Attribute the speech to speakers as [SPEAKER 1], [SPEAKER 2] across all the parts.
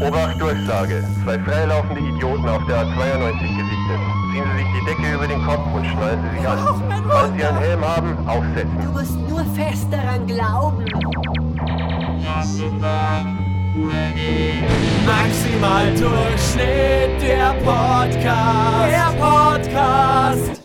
[SPEAKER 1] Obacht, Durchsage. Zwei freilaufende Idioten auf der A92 gesichtet. Ziehen Sie sich die Decke über den Kopf und schnallen Sie sich an.
[SPEAKER 2] Ach, Oh mein Gott.
[SPEAKER 1] Falls Sie einen Helm haben, aufsetzen.
[SPEAKER 2] Du musst nur fest daran glauben.
[SPEAKER 3] Maximal Durchschnitt, der Podcast. Der Podcast.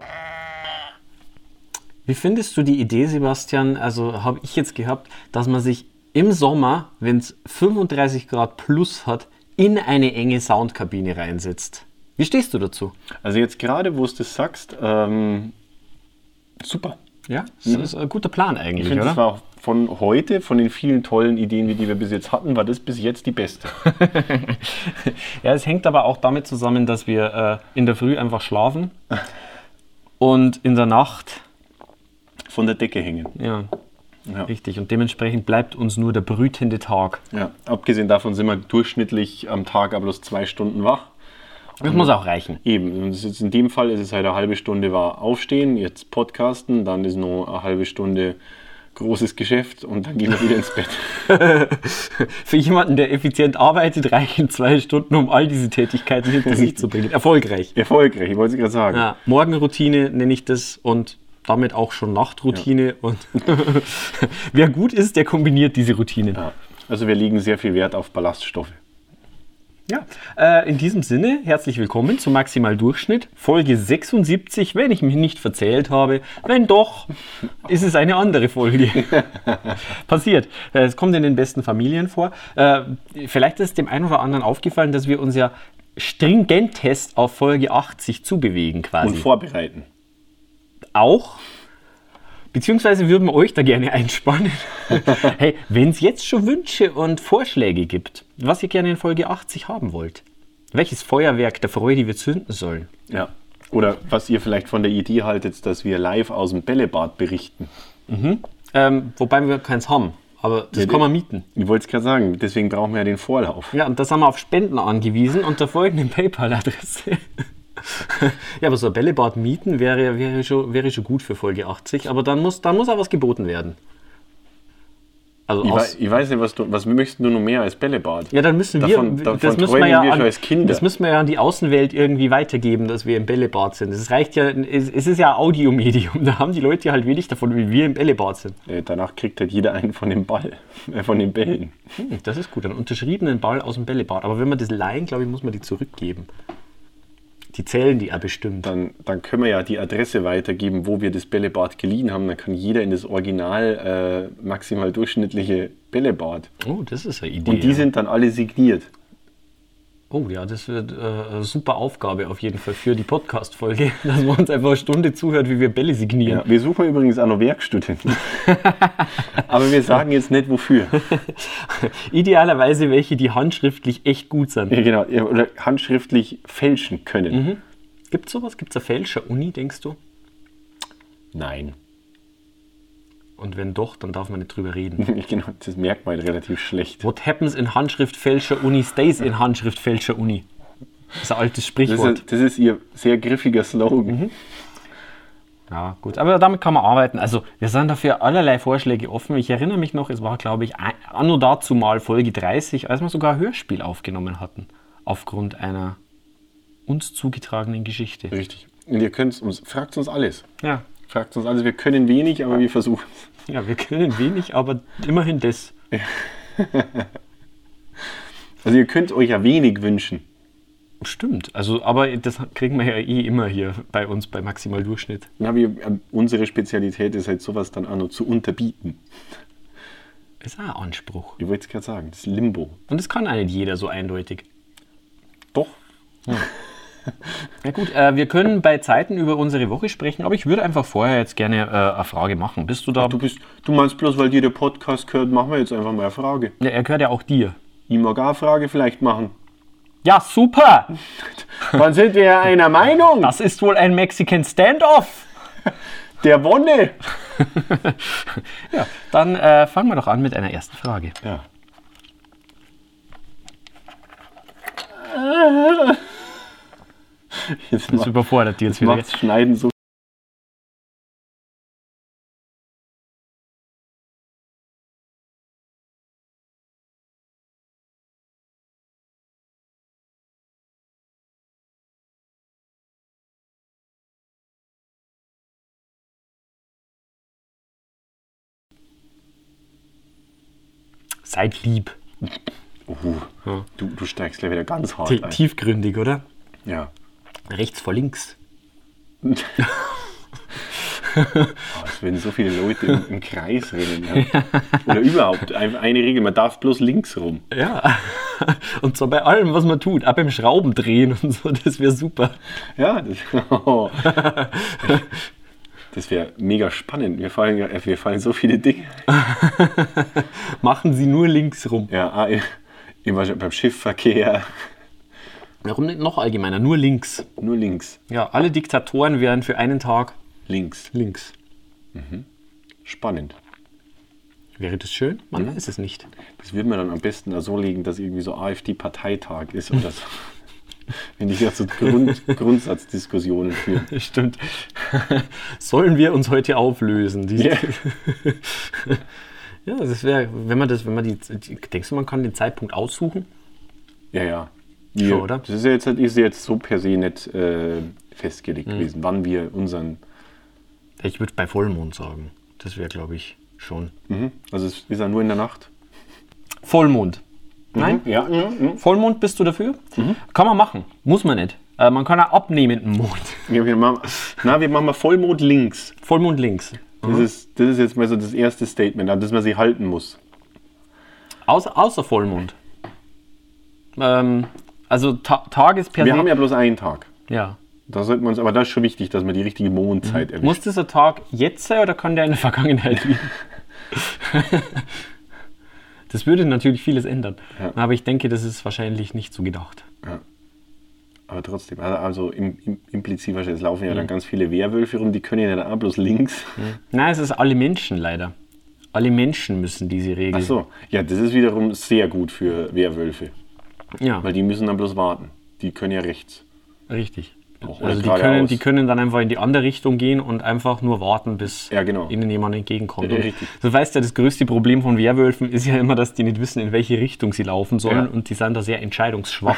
[SPEAKER 4] Wie findest du die Idee, Sebastian? Also habe ich jetzt gehabt, dass man sich im Sommer, wenn es 35 Grad plus hat, in eine enge Soundkabine reinsetzt. Wie stehst du dazu?
[SPEAKER 5] Also jetzt gerade, wo du das sagst, ähm, super.
[SPEAKER 4] Ja, das ist ein guter Plan
[SPEAKER 5] mhm. Ich
[SPEAKER 4] eigentlich,
[SPEAKER 5] finde,
[SPEAKER 4] oder?
[SPEAKER 5] das war auch von heute, von den vielen tollen Ideen, die wir bis jetzt hatten, war das bis jetzt die beste.
[SPEAKER 4] Ja, es hängt aber auch damit zusammen, dass wir äh, in der Früh einfach schlafen und in der Nacht,
[SPEAKER 5] Von der Decke hängen.
[SPEAKER 4] ja,
[SPEAKER 5] Ja.
[SPEAKER 4] richtig. Und dementsprechend bleibt uns nur der brütende Tag.
[SPEAKER 5] Ja. Abgesehen davon sind wir durchschnittlich am Tag aber bloß zwei Stunden wach.
[SPEAKER 4] Das
[SPEAKER 5] Mhm.
[SPEAKER 4] muss auch reichen.
[SPEAKER 5] Eben, und es ist in dem Fall ist es halt eine halbe Stunde war aufstehen, jetzt podcasten, dann ist noch eine halbe Stunde großes Geschäft und dann gehen wir wieder ins Bett.
[SPEAKER 4] Für jemanden, der effizient arbeitet, reichen zwei Stunden, um all diese Tätigkeiten hinter sich zu bringen. Erfolgreich.
[SPEAKER 5] Erfolgreich, wollte ich gerade sagen.
[SPEAKER 4] Ja, Morgenroutine nenne ich das und damit auch schon Nachtroutine. Und wer gut ist, der kombiniert diese Routinen.
[SPEAKER 5] Ja. Also wir legen sehr viel Wert auf Ballaststoffe.
[SPEAKER 4] Ja, äh, in diesem Sinne, herzlich willkommen zu Maximal Durchschnitt, Folge 76, wenn ich mich nicht verzählt habe. Wenn doch, ist es eine andere Folge. Passiert. Äh, Es kommt in den besten Familien vor. Äh, vielleicht ist dem einen oder anderen aufgefallen, dass wir uns ja stringentest auf Folge 80 zubewegen quasi.
[SPEAKER 5] Und vorbereiten.
[SPEAKER 4] auch. Beziehungsweise würden wir euch da gerne einspannen. hey, wenn es jetzt schon Wünsche und Vorschläge gibt, was ihr gerne in Folge 80 haben wollt, welches Feuerwerk der Freude wir zünden sollen.
[SPEAKER 5] Ja. Oder was ihr vielleicht von der Idee haltet, dass wir live aus dem Bällebad berichten.
[SPEAKER 4] Ähm, wobei wir keins haben, aber das
[SPEAKER 5] Ja,
[SPEAKER 4] kann man
[SPEAKER 5] die-
[SPEAKER 4] mieten.
[SPEAKER 5] Ich wollte es gerade sagen, deswegen brauchen wir ja den Vorlauf.
[SPEAKER 4] Ja, und da sind wir auf Spenden angewiesen unter folgenden PayPal-Adresse. ja, aber so ein Bällebad mieten wäre, wäre, schon, wäre schon gut für Folge 80, aber dann muss, dann muss auch was geboten werden. Also
[SPEAKER 5] Ich,
[SPEAKER 4] aus,
[SPEAKER 5] wei- ich weiß nicht, was, du, was möchtest du noch mehr als Bällebad?
[SPEAKER 4] Ja, dann müssen wir,
[SPEAKER 5] Davon- davon
[SPEAKER 4] das müssen wir
[SPEAKER 5] träumen
[SPEAKER 4] ja
[SPEAKER 5] wir
[SPEAKER 4] an,
[SPEAKER 5] schon als Kinder.
[SPEAKER 4] das müssen wir ja an die Außenwelt irgendwie weitergeben, dass wir im Bällebad sind. Es reicht ja, es es ist ja ein Audiomedium. Da haben die Leute ja halt wenig davon, wie wir im Bällebad sind.
[SPEAKER 5] Äh, Danach kriegt halt jeder einen von dem Ball, äh, von den Bällen.
[SPEAKER 4] Hm, das ist gut, einen unterschriebenen Ball aus dem Bällebad. Aber wenn wir das leihen, glaube ich, muss man die zurückgeben. Die zählen die ja bestimmt.
[SPEAKER 5] Dann, dann können wir ja die Adresse weitergeben, wo wir das Bällebad geliehen haben. Dann kann jeder in das original äh, maximal durchschnittliche Bällebad.
[SPEAKER 4] Oh, das ist eine Idee.
[SPEAKER 5] Und die sind dann alle signiert.
[SPEAKER 4] oh ja, das wird äh, eine super Aufgabe auf jeden Fall für die Podcast-Folge, dass man uns einfach eine Stunde zuhört, wie wir Bälle signieren.
[SPEAKER 5] Ja, wir suchen übrigens auch noch Werkstudenten. Aber wir sagen jetzt nicht wofür.
[SPEAKER 4] Idealerweise welche, die handschriftlich echt gut sind.
[SPEAKER 5] Ja, genau. Ja, Oder handschriftlich fälschen können.
[SPEAKER 4] Gibt es sowas? Gibt es eine Fälscher-Uni, denkst du?
[SPEAKER 5] Nein.
[SPEAKER 4] Und wenn doch, dann darf man nicht drüber reden.
[SPEAKER 5] genau, das merkt man halt relativ schlecht.
[SPEAKER 4] What happens in Handschrift Fälscher Uni stays in Handschrift Fälscher Uni. Das ist ein altes
[SPEAKER 5] Das
[SPEAKER 4] Sprichwort.
[SPEAKER 5] ist, das ist ihr sehr griffiger Slogan.
[SPEAKER 4] Ja, gut. Aber damit kann man arbeiten. Also, wir sind dafür allerlei Vorschläge offen. Ich erinnere mich noch, es war, glaube ich, ein- anno dazu mal Folge 30, als wir sogar ein Hörspiel aufgenommen hatten. Aufgrund einer uns zugetragenen Geschichte.
[SPEAKER 5] Richtig. Und ihr könnt uns, fragt uns alles.
[SPEAKER 4] Ja.
[SPEAKER 5] Fragt uns alles. Wir können wenig, aber wir versuchen es.
[SPEAKER 4] Ja, wir können wenig, aber immerhin das.
[SPEAKER 5] Also ihr könnt euch ja wenig wünschen.
[SPEAKER 4] Stimmt. Also, aber das kriegen wir ja eh immer hier bei uns bei Maximal Durchschnitt.
[SPEAKER 5] Na, wir, äh, unsere Spezialität ist halt sowas dann auch noch zu unterbieten.
[SPEAKER 4] Ist auch ein Anspruch.
[SPEAKER 5] Ich wollte es gerade sagen, das Limbo.
[SPEAKER 4] Und das kann auch nicht jeder so eindeutig.
[SPEAKER 5] Doch.
[SPEAKER 4] Na gut, äh, wir können bei Zeiten über unsere Woche sprechen, aber ich würde einfach vorher jetzt gerne äh, eine Frage machen. Bist du da?
[SPEAKER 5] Du, bist, du meinst bloß, weil dir der Podcast gehört, machen wir jetzt einfach mal eine Frage.
[SPEAKER 4] ja, er gehört ja auch dir.
[SPEAKER 5] Ich mag auch eine Frage vielleicht machen.
[SPEAKER 4] Ja, super!
[SPEAKER 5] Dann sind wir ja einer Meinung.
[SPEAKER 4] Das ist wohl ein Mexican Standoff!
[SPEAKER 5] Der Wonne.
[SPEAKER 4] Ja, dann äh, fangen wir doch an mit einer ersten Frage.
[SPEAKER 5] Ja. Jetzt
[SPEAKER 4] Das überfordert die jetzt wieder.
[SPEAKER 5] macht's Schneiden so.
[SPEAKER 4] Seid lieb.
[SPEAKER 5] Uh, du, du steigst gleich wieder ganz hart
[SPEAKER 4] T-
[SPEAKER 5] ein.
[SPEAKER 4] Tiefgründig, oder?
[SPEAKER 5] Ja.
[SPEAKER 4] Rechts vor links.
[SPEAKER 5] Als wenn so viele Leute im, im Kreis rennen. Ja. Oder überhaupt. Ein- Eine Regel, man darf bloß links rum.
[SPEAKER 4] Ja. Und zwar bei allem, was man tut. Ab beim Schrauben drehen und so, das wäre super.
[SPEAKER 5] Ja, das, oh. das wäre mega spannend. Mir fallen, ja- mir fallen so viele Dinge.
[SPEAKER 4] Machen Sie nur links rum.
[SPEAKER 5] Ja, ah, im- im, beim Schiffverkehr
[SPEAKER 4] Warum nicht noch allgemeiner? Nur links.
[SPEAKER 5] nur links.
[SPEAKER 4] Ja, alle Diktatoren wären für einen Tag
[SPEAKER 5] Links.
[SPEAKER 4] links.
[SPEAKER 5] Spannend.
[SPEAKER 4] Wäre das schön? Man weiß es nicht.
[SPEAKER 5] Das wird man dann am besten da so legen, dass irgendwie so AfD-Parteitag ist oder so. Wenn ich ja zu Grund, Grundsatzdiskussionen führe.
[SPEAKER 4] Stimmt. Sollen wir uns heute auflösen? Die-
[SPEAKER 5] Ja.
[SPEAKER 4] ja, das wäre, wenn man das, wenn man die, die. Denkst du, man kann den Zeitpunkt aussuchen?
[SPEAKER 5] Ja, ja.
[SPEAKER 4] Schon, oder?
[SPEAKER 5] Das ist ja jetzt, halt, ist ja jetzt so per se nicht äh,
[SPEAKER 4] Mhm.
[SPEAKER 5] festgelegt gewesen, wann wir unseren.
[SPEAKER 4] Ich würde bei Vollmond sagen. Das wäre, glaube ich, schon.
[SPEAKER 5] Mhm. Also es ist ja nur in der Nacht.
[SPEAKER 4] Vollmond.
[SPEAKER 5] Mhm.
[SPEAKER 4] Nein?
[SPEAKER 5] Ja, ja, ja.
[SPEAKER 4] Vollmond bist du dafür?
[SPEAKER 5] Mhm.
[SPEAKER 4] Kann man machen. Muss man nicht. Äh, man kann auch abnehmenden Mond.
[SPEAKER 5] Ja, wir machen, na, wir machen mal Vollmond links.
[SPEAKER 4] Vollmond links.
[SPEAKER 5] Das, ist, das ist jetzt mal so das erste Statement, an das man sich halten muss.
[SPEAKER 4] Außer, außer Vollmond. Ähm, also ta Tages per
[SPEAKER 5] Wir
[SPEAKER 4] se-
[SPEAKER 5] haben ja bloß einen Tag.
[SPEAKER 4] ja.
[SPEAKER 5] Da sollten wir uns, aber das ist schon wichtig, dass man die richtige Mondzeit erwischt.
[SPEAKER 4] Mhm. Muss dieser Tag jetzt sein oder kann der in der Vergangenheit liegen? das würde natürlich vieles ändern.
[SPEAKER 5] Ja.
[SPEAKER 4] Aber ich denke, das ist wahrscheinlich nicht so gedacht.
[SPEAKER 5] Aber trotzdem, also, also im, im, implizit wahrscheinlich, es laufen ja
[SPEAKER 4] Mhm.
[SPEAKER 5] dann ganz viele Werwölfe rum, die können ja dann auch bloß links.
[SPEAKER 4] Nein, es ist alle Menschen leider. Alle Menschen müssen diese Regel.
[SPEAKER 5] Ach so, ja, das ist wiederum sehr gut für Werwölfe,
[SPEAKER 4] Ja,
[SPEAKER 5] weil die müssen dann bloß warten. Die können ja rechts.
[SPEAKER 4] richtig.
[SPEAKER 5] Auch
[SPEAKER 4] Also die
[SPEAKER 5] geradeaus.
[SPEAKER 4] können, die können dann einfach in die andere Richtung gehen und einfach nur warten, bis
[SPEAKER 5] Ja, genau.
[SPEAKER 4] ihnen jemand entgegenkommt.
[SPEAKER 5] Ja,
[SPEAKER 4] Und
[SPEAKER 5] richtig.
[SPEAKER 4] Du weißt ja, das größte Problem von Werwölfen ist ja immer, dass die nicht wissen, in welche Richtung sie laufen sollen
[SPEAKER 5] Ja.
[SPEAKER 4] und die sind da sehr entscheidungsschwach.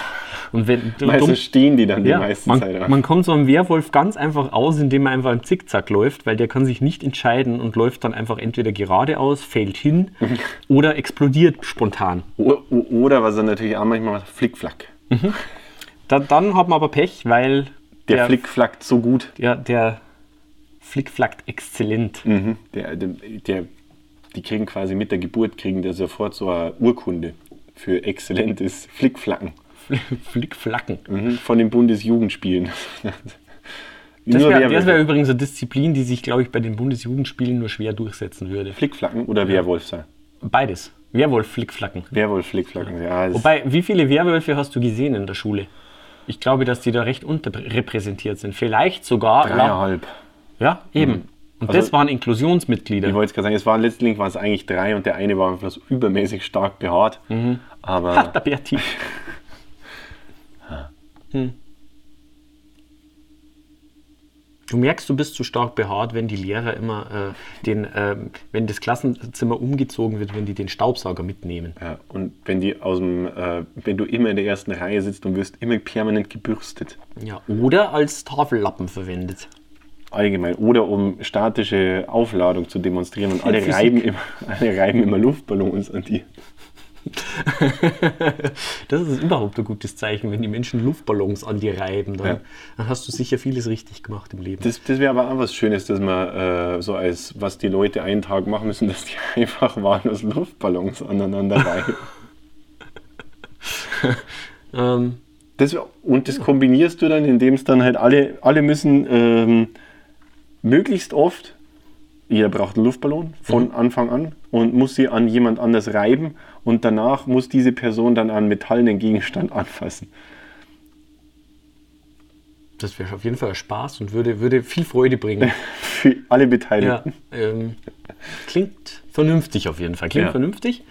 [SPEAKER 4] Und wenn du
[SPEAKER 5] Also stehen die dann die
[SPEAKER 4] ja,
[SPEAKER 5] meiste
[SPEAKER 4] man,
[SPEAKER 5] Zeit.
[SPEAKER 4] man kommt so einem Werwolf ganz einfach aus, indem er einfach im Zickzack läuft, weil der kann sich nicht entscheiden und läuft dann einfach entweder geradeaus, fällt hin oder explodiert spontan.
[SPEAKER 5] O- o- Oder was er natürlich auch manchmal macht, Flickflack.
[SPEAKER 4] Da, dann hat man aber Pech, weil
[SPEAKER 5] Der
[SPEAKER 4] der,
[SPEAKER 5] Flickflackt so gut,
[SPEAKER 4] der, der flickflackt exzellent.
[SPEAKER 5] Mhm. Der, der, der, die kriegen quasi mit der Geburt, kriegen der sofort so eine Urkunde für exzellentes Flickflacken
[SPEAKER 4] Flickflacken.
[SPEAKER 5] mhm. von den Bundesjugendspielen.
[SPEAKER 4] Das
[SPEAKER 5] nur
[SPEAKER 4] wäre das wär
[SPEAKER 5] Werwölfe.
[SPEAKER 4] übrigens eine Disziplin, die sich, glaube ich, bei den Bundesjugendspielen nur schwer durchsetzen würde.
[SPEAKER 5] Flickflacken oder Werwolf sein?
[SPEAKER 4] Beides. Werwolf, Flickflacken.
[SPEAKER 5] Werwolf, Flickflacken. Ja, das-
[SPEAKER 4] Wobei, wie viele Werwölfe hast du gesehen in der Schule? Ich glaube, dass die da recht unterrepräsentiert sind. Vielleicht sogar.
[SPEAKER 5] dreieinhalb.
[SPEAKER 4] Ja, eben. Und
[SPEAKER 5] Also-
[SPEAKER 4] das waren
[SPEAKER 5] Ich
[SPEAKER 4] Inklusionsmitglieder.
[SPEAKER 5] wollte es gerade sagen, es waren letztlich waren es eigentlich drei und der eine war einfach so übermäßig stark behaart. Aber
[SPEAKER 4] Der Berti. Hm. Du merkst, du bist zu stark behaart, wenn die Lehrer immer äh, den, ähm, wenn das Klassenzimmer umgezogen wird, wenn die den Staubsauger mitnehmen.
[SPEAKER 5] ja, und wenn die aus dem, äh, wenn du immer in der ersten Reihe sitzt und wirst immer permanent gebürstet.
[SPEAKER 4] Ja. Oder als Tafellappen verwendet.
[SPEAKER 5] allgemein oder um statische Aufladung zu demonstrieren und alle
[SPEAKER 4] Physik.
[SPEAKER 5] reiben, immer, alle reiben immer Luftballons an die.
[SPEAKER 4] Das ist überhaupt ein gutes Zeichen, wenn die Menschen Luftballons an dir reiben, dann,
[SPEAKER 5] Ja.
[SPEAKER 4] dann hast du sicher vieles richtig gemacht im Leben.
[SPEAKER 5] Das, das wäre aber auch was Schönes, dass man äh, so als, was die Leute einen Tag machen müssen, dass die einfach wahllos Luftballons aneinander reiben.
[SPEAKER 4] Ähm,
[SPEAKER 5] Das, und das kombinierst du dann, indem es dann halt alle, alle müssen ähm, möglichst oft, jeder braucht einen Luftballon von Anfang an und muss sie an jemand anders reiben und danach muss diese Person dann einen metallenen Gegenstand anfassen.
[SPEAKER 4] das wäre auf jeden Fall ein Spaß und würde, würde viel Freude bringen.
[SPEAKER 5] Für alle
[SPEAKER 4] Ja,
[SPEAKER 5] Beteiligten.
[SPEAKER 4] ähm, klingt vernünftig auf jeden Fall. Klingt
[SPEAKER 5] Ja.
[SPEAKER 4] vernünftig.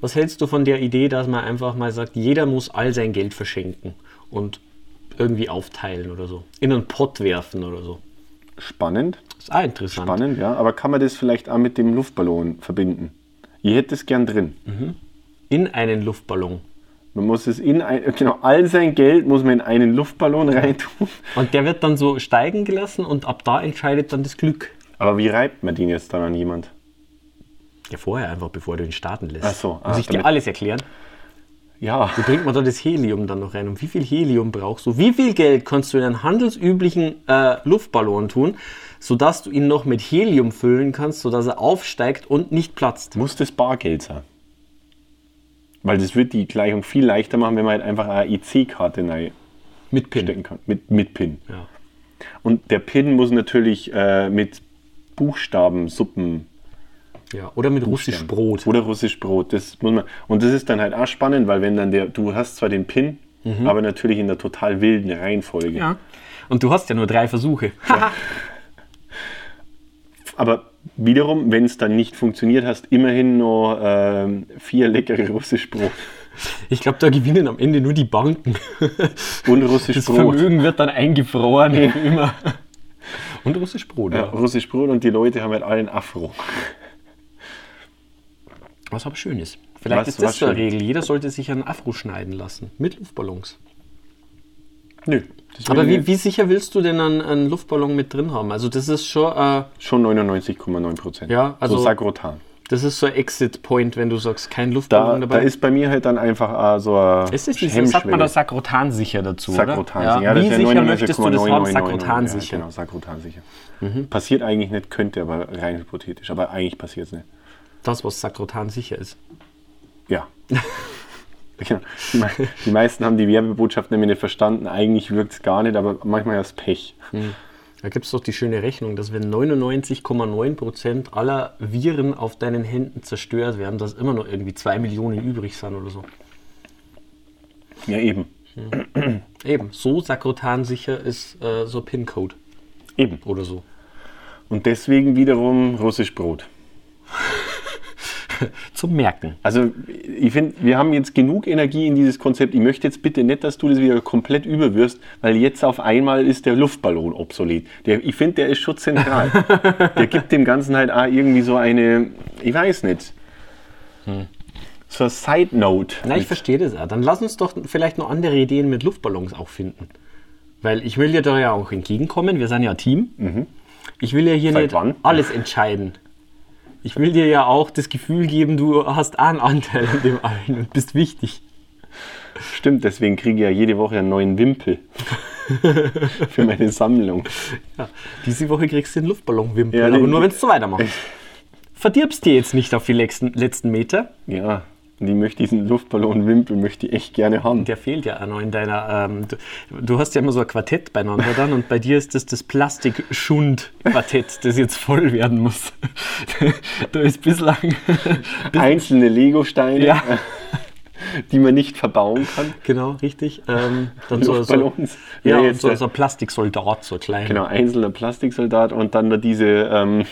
[SPEAKER 4] Was hältst du von der Idee, dass man einfach mal sagt, jeder muss all sein Geld verschenken und irgendwie aufteilen oder so? In einen Pott werfen oder so.
[SPEAKER 5] Spannend,
[SPEAKER 4] Ist auch interessant.
[SPEAKER 5] spannend, ja. Aber kann man das vielleicht auch mit dem Luftballon verbinden? Ihr hättet es gern drin.
[SPEAKER 4] In einen Luftballon.
[SPEAKER 5] Man muss es in ein, genau, all sein Geld muss man in einen Luftballon reintun.
[SPEAKER 4] Und der wird dann so steigen gelassen und ab da entscheidet dann das Glück.
[SPEAKER 5] Aber wie reibt man den jetzt dann an jemand?
[SPEAKER 4] Ja, vorher einfach, bevor du ihn starten lässt.
[SPEAKER 5] Ach so, ah,
[SPEAKER 4] Muss ich dir
[SPEAKER 5] damit-
[SPEAKER 4] alles erklären?
[SPEAKER 5] Ja.
[SPEAKER 4] Wie bringt man da das Helium dann noch rein? Und wie viel Helium brauchst du? Wie viel Geld kannst du in einen handelsüblichen äh, Luftballon tun, sodass du ihn noch mit Helium füllen kannst, sodass er aufsteigt und nicht platzt?
[SPEAKER 5] Muss das Bargeld sein? Weil das wird die Gleichung viel leichter machen, wenn man halt einfach eine IC-Karte reinstecken
[SPEAKER 4] Mit Pin.
[SPEAKER 5] kann. Mit, mit PIN.
[SPEAKER 4] Ja.
[SPEAKER 5] Und der PIN muss natürlich äh, mit Buchstaben, Suppen
[SPEAKER 4] ja. Oder mit russisch Brot.
[SPEAKER 5] oder russisch Brot. Das muss man. Und das ist dann halt auch spannend, weil wenn dann der, du hast zwar den PIN, aber natürlich in der total wilden Reihenfolge.
[SPEAKER 4] Mhm. Ja. Und du hast ja nur drei Versuche.
[SPEAKER 5] Aber wiederum, wenn es dann nicht funktioniert, hast immerhin noch ähm, vier leckere russisch Brot.
[SPEAKER 4] Ich glaube, da gewinnen am Ende nur die Banken.
[SPEAKER 5] Und russisch
[SPEAKER 4] Das
[SPEAKER 5] Brot.
[SPEAKER 4] Vermögen wird dann eingefroren, wie immer. Und russisch Brot,
[SPEAKER 5] Ja,
[SPEAKER 4] ja.
[SPEAKER 5] russisch Brot und die Leute haben halt alle einen Afro.
[SPEAKER 4] Was aber schön ist. Vielleicht
[SPEAKER 5] Was-
[SPEAKER 4] ist
[SPEAKER 5] was
[SPEAKER 4] das so eine
[SPEAKER 5] schön.
[SPEAKER 4] Regel. Jeder sollte sich einen Afro schneiden lassen. Mit Luftballons.
[SPEAKER 5] Nö.
[SPEAKER 4] Aber wie, wie sicher willst du denn einen, einen Luftballon mit drin haben? Also das ist schon, äh,
[SPEAKER 5] Schon 99,9 Prozent.
[SPEAKER 4] Ja, also-
[SPEAKER 5] So sakrotan.
[SPEAKER 4] das ist so ein Exit-Point, wenn du sagst, kein
[SPEAKER 5] Da,
[SPEAKER 4] Luftballon
[SPEAKER 5] da
[SPEAKER 4] dabei.
[SPEAKER 5] ist bei mir halt dann einfach auch so ein
[SPEAKER 4] es ist nicht, so, sagt man da sakrotan sicher dazu,
[SPEAKER 5] Sakrotan.
[SPEAKER 4] oder? Ja, Wie
[SPEAKER 5] das ist
[SPEAKER 4] sicher
[SPEAKER 5] 99,999,
[SPEAKER 4] möchtest du das haben?
[SPEAKER 5] ja,
[SPEAKER 4] Sakrotan sicher. Mhm.
[SPEAKER 5] Genau, sakrotan sicher. Passiert eigentlich nicht, könnte aber rein hypothetisch. Aber eigentlich passiert es nicht.
[SPEAKER 4] Das, was sakrotan sicher ist.
[SPEAKER 5] Ja. genau. Die mei- Die meisten haben die Werbebotschaft nämlich nicht verstanden. Eigentlich wirkt es gar nicht, aber manchmal ist Pech.
[SPEAKER 4] Da gibt es doch die schöne Rechnung, dass wenn 99,9% aller Viren auf deinen Händen zerstört werden, dass immer noch irgendwie 2 Millionen übrig sind oder so.
[SPEAKER 5] Ja, eben.
[SPEAKER 4] Eben, so sakrotan sicher ist äh, so PIN-Code
[SPEAKER 5] Eben.
[SPEAKER 4] oder so.
[SPEAKER 5] Und deswegen wiederum russisch Brot.
[SPEAKER 4] Zum Merken.
[SPEAKER 5] Also ich finde, wir haben jetzt genug Energie in dieses Konzept. Ich möchte jetzt bitte nicht, dass du das wieder komplett überwirst, weil jetzt auf einmal ist der Luftballon obsolet. Der, ich finde, der ist schon zentral. der gibt dem Ganzen halt auch irgendwie so eine, ich weiß nicht, so eine Side Note.
[SPEAKER 4] Hm. Na, ich verstehe das auch. Dann lass uns doch vielleicht noch andere Ideen mit Luftballons auch finden. Weil ich will dir da ja auch entgegenkommen, wir sind ja ein Team. Ich will ja hier
[SPEAKER 5] Mhm. Seit
[SPEAKER 4] nicht
[SPEAKER 5] wann?
[SPEAKER 4] alles entscheiden. Ich will dir ja auch das Gefühl geben, du hast auch einen Anteil an dem allen und bist wichtig.
[SPEAKER 5] Stimmt, deswegen kriege ich ja jede Woche einen neuen Wimpel für meine Sammlung.
[SPEAKER 4] Ja, diese Woche kriegst du den Luftballonwimpel,
[SPEAKER 5] Ja, den-
[SPEAKER 4] aber nur, wenn du weitermachst. Verdirbst dir jetzt nicht auf die letzten, letzten Meter.
[SPEAKER 5] Ja, und ich möchte diesen Luftballon-Wimpel möchte ich echt gerne haben.
[SPEAKER 4] Der fehlt ja auch noch in deiner. Ähm, du, du hast ja immer so ein Quartett beieinander dann und bei dir ist das das Plastik-Schund-Quartett, das jetzt voll werden muss. da ist bislang.
[SPEAKER 5] Einzelne Lego-Steine,
[SPEAKER 4] Ja.
[SPEAKER 5] die man nicht verbauen kann.
[SPEAKER 4] genau, richtig. Ähm, dann so, so,
[SPEAKER 5] Luftballons.
[SPEAKER 4] ja,
[SPEAKER 5] Ja,
[SPEAKER 4] und
[SPEAKER 5] jetzt,
[SPEAKER 4] so,
[SPEAKER 5] äh,
[SPEAKER 4] so ein Plastiksoldat, so klein.
[SPEAKER 5] Genau, einzelner Plastiksoldat und dann da diese, ähm,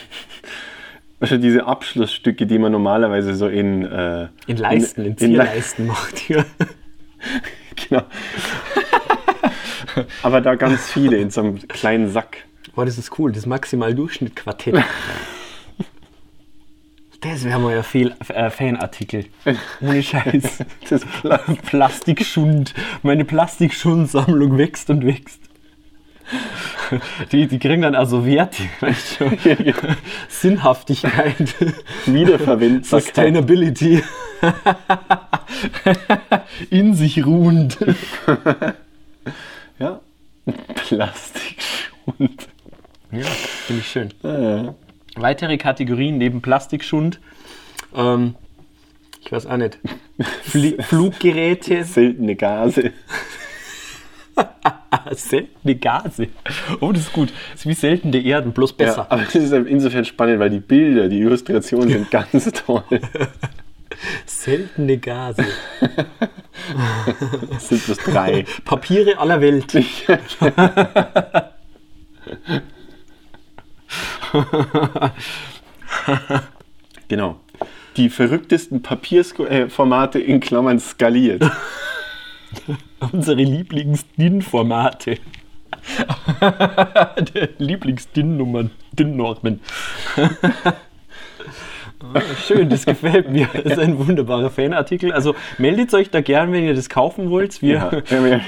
[SPEAKER 5] also diese Abschlussstücke, die man normalerweise so in, äh,
[SPEAKER 4] In Leisten, in,
[SPEAKER 5] in Le-
[SPEAKER 4] Zierleisten macht ihr.
[SPEAKER 5] genau. Aber da ganz viele in so einem kleinen Sack.
[SPEAKER 4] Boah, das ist cool, das Maximal-Durchschnitt-Quartett. Das wäre mal ein Fehl, äh, Fanartikel. Ohne Scheiß.
[SPEAKER 5] Das Pla-
[SPEAKER 4] Plastikschund. Meine Plastikschundsammlung wächst und wächst. Die, die kriegen dann also Werte, weißt du? Sinnhaftigkeit,
[SPEAKER 5] Wiederverwendbarkeit.
[SPEAKER 4] Sustainability, in sich ruhend.
[SPEAKER 5] Ja. Plastikschund.
[SPEAKER 4] Ja, finde ich schön.
[SPEAKER 5] Äh.
[SPEAKER 4] Weitere Kategorien neben Plastikschund. Ähm, ich weiß auch nicht. Fli Fluggeräte,
[SPEAKER 5] Seltene Gase.
[SPEAKER 4] seltene Gase. Oh, das ist gut. Das ist wie seltene Erden, bloß
[SPEAKER 5] Ja,
[SPEAKER 4] besser.
[SPEAKER 5] aber das ist insofern spannend, weil die Bilder, die Illustrationen sind ganz toll.
[SPEAKER 4] Seltene Gase.
[SPEAKER 5] Das sind bloß drei.
[SPEAKER 4] Papiere aller Welt.
[SPEAKER 5] Genau. Die verrücktesten Papierformate in Klammern skaliert.
[SPEAKER 4] Unsere Lieblings-DIN-Formate. Lieblings-DIN-Nummern. DIN-Normen. Ah, Schön, das gefällt mir. Das ist ein wunderbarer Fanartikel. Also meldet euch da gern, wenn ihr das kaufen wollt. Wir,
[SPEAKER 5] Ja. Ja, ja.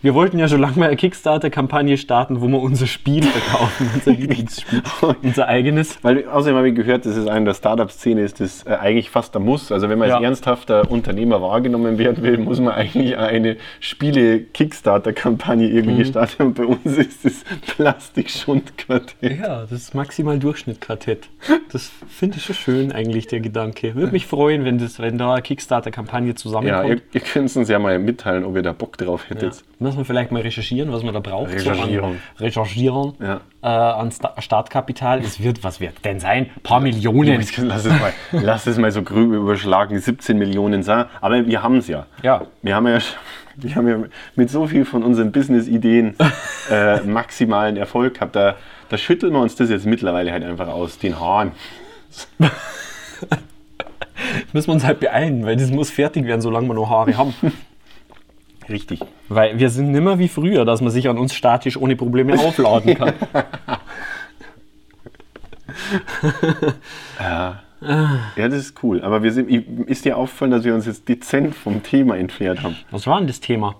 [SPEAKER 4] Wir wollten ja schon lange mal eine Kickstarter-Kampagne starten, wo wir unser Spiel verkaufen, unser Lieblingsspiel, unser eigenes.
[SPEAKER 5] Weil außerdem habe ich gehört, dass es einer der Startup-Szene ist, das äh, eigentlich fast ein Muss. Also wenn man
[SPEAKER 4] Ja.
[SPEAKER 5] als ernsthafter Unternehmer wahrgenommen werden will, muss man eigentlich auch eine Spiele-Kickstarter-Kampagne irgendwie starten. Und bei uns ist das Plastikschundquartett.
[SPEAKER 4] Ja, das ist maximal Durchschnittquartett. Das finde ich schon schön eigentlich, der Gedanke. Würde mich freuen, wenn, das, wenn da eine Kickstarter-Kampagne
[SPEAKER 5] Ja, ihr,
[SPEAKER 4] zusammenkommt.
[SPEAKER 5] ihr könnt uns ja mal mitteilen, ob ihr da Bock drauf
[SPEAKER 4] Ja.
[SPEAKER 5] hättet.
[SPEAKER 4] Muss man vielleicht mal recherchieren, was man da braucht.
[SPEAKER 5] Recherchieren.
[SPEAKER 4] So an, recherchieren
[SPEAKER 5] Ja.
[SPEAKER 4] äh, an Sta Startkapital. Es wird, was wird denn sein? Ein paar Millionen.
[SPEAKER 5] Jetzt Lass es, mal, lass es mal so grüb überschlagen, 17 Millionen sein. Aber wir haben es ja.
[SPEAKER 4] Ja.
[SPEAKER 5] Wir haben ja, sch- wir haben ja mit so viel von unseren Business-Ideen äh, maximalen Erfolg gehabt. Da, da schütteln wir uns das jetzt mittlerweile halt einfach aus den Haaren.
[SPEAKER 4] Müssen wir uns halt beeilen, weil das muss fertig werden, solange wir noch Haare haben.
[SPEAKER 5] Richtig.
[SPEAKER 4] Weil wir sind nimmer wie früher, dass man sich an uns statisch ohne Probleme aufladen kann.
[SPEAKER 5] Ja, das ist cool. Aber wir sind, ist dir aufgefallen, dass wir uns jetzt dezent vom Thema entfernt haben?
[SPEAKER 4] Was war denn das Thema?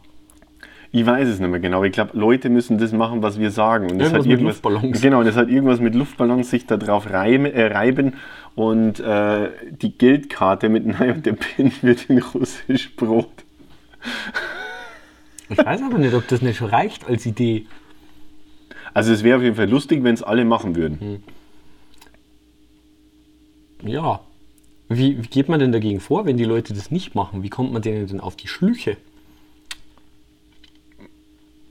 [SPEAKER 5] Ich weiß es nicht mehr genau. Ich glaube, Leute müssen das machen, was wir sagen. Und das
[SPEAKER 4] Irgendwas mit Luftballons.
[SPEAKER 5] Genau, das hat irgendwas mit Luftballons, sich da drauf reime, äh, reiben. Und äh, die Geldkarte mit Nei und der Pin wird in russisch Brot.
[SPEAKER 4] Ich weiß aber nicht, ob das nicht schon reicht als Idee.
[SPEAKER 5] Also es wäre auf jeden Fall lustig, wenn es alle machen würden.
[SPEAKER 4] Ja. Wie, wie geht man denn dagegen vor, wenn die Leute das nicht machen? Wie kommt man denen denn auf die Schlüche?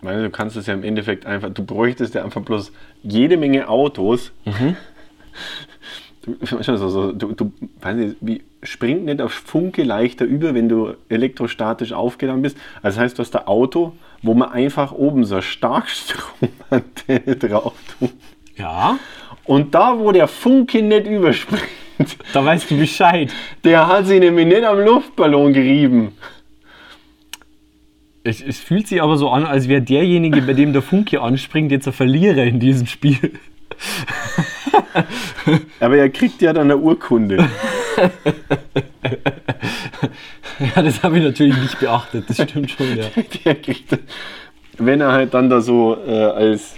[SPEAKER 5] Weil du kannst es ja im Endeffekt einfach, du bräuchtest ja einfach bloß jede Menge Autos. Du, also, so, du, du weiß nicht, wie, springt nicht auf Funke leichter über, wenn du elektrostatisch aufgeladen bist. Also das heißt, du hast ein Auto, wo man einfach oben so eine Starkstromantenne drauf tut.
[SPEAKER 4] Ja,
[SPEAKER 5] Und da, wo der Funke nicht überspringt,
[SPEAKER 4] da weißt du Bescheid.
[SPEAKER 5] der hat sich nämlich nicht am Luftballon gerieben.
[SPEAKER 4] Es, es fühlt sich aber so an, als wäre derjenige, bei dem der Funke anspringt, jetzt ein Verlierer in diesem Spiel.
[SPEAKER 5] Aber er kriegt ja dann eine Urkunde.
[SPEAKER 4] Ja, das habe ich natürlich nicht beachtet. Das stimmt schon, ja.
[SPEAKER 5] der kriegt, wenn er halt dann da so äh, als,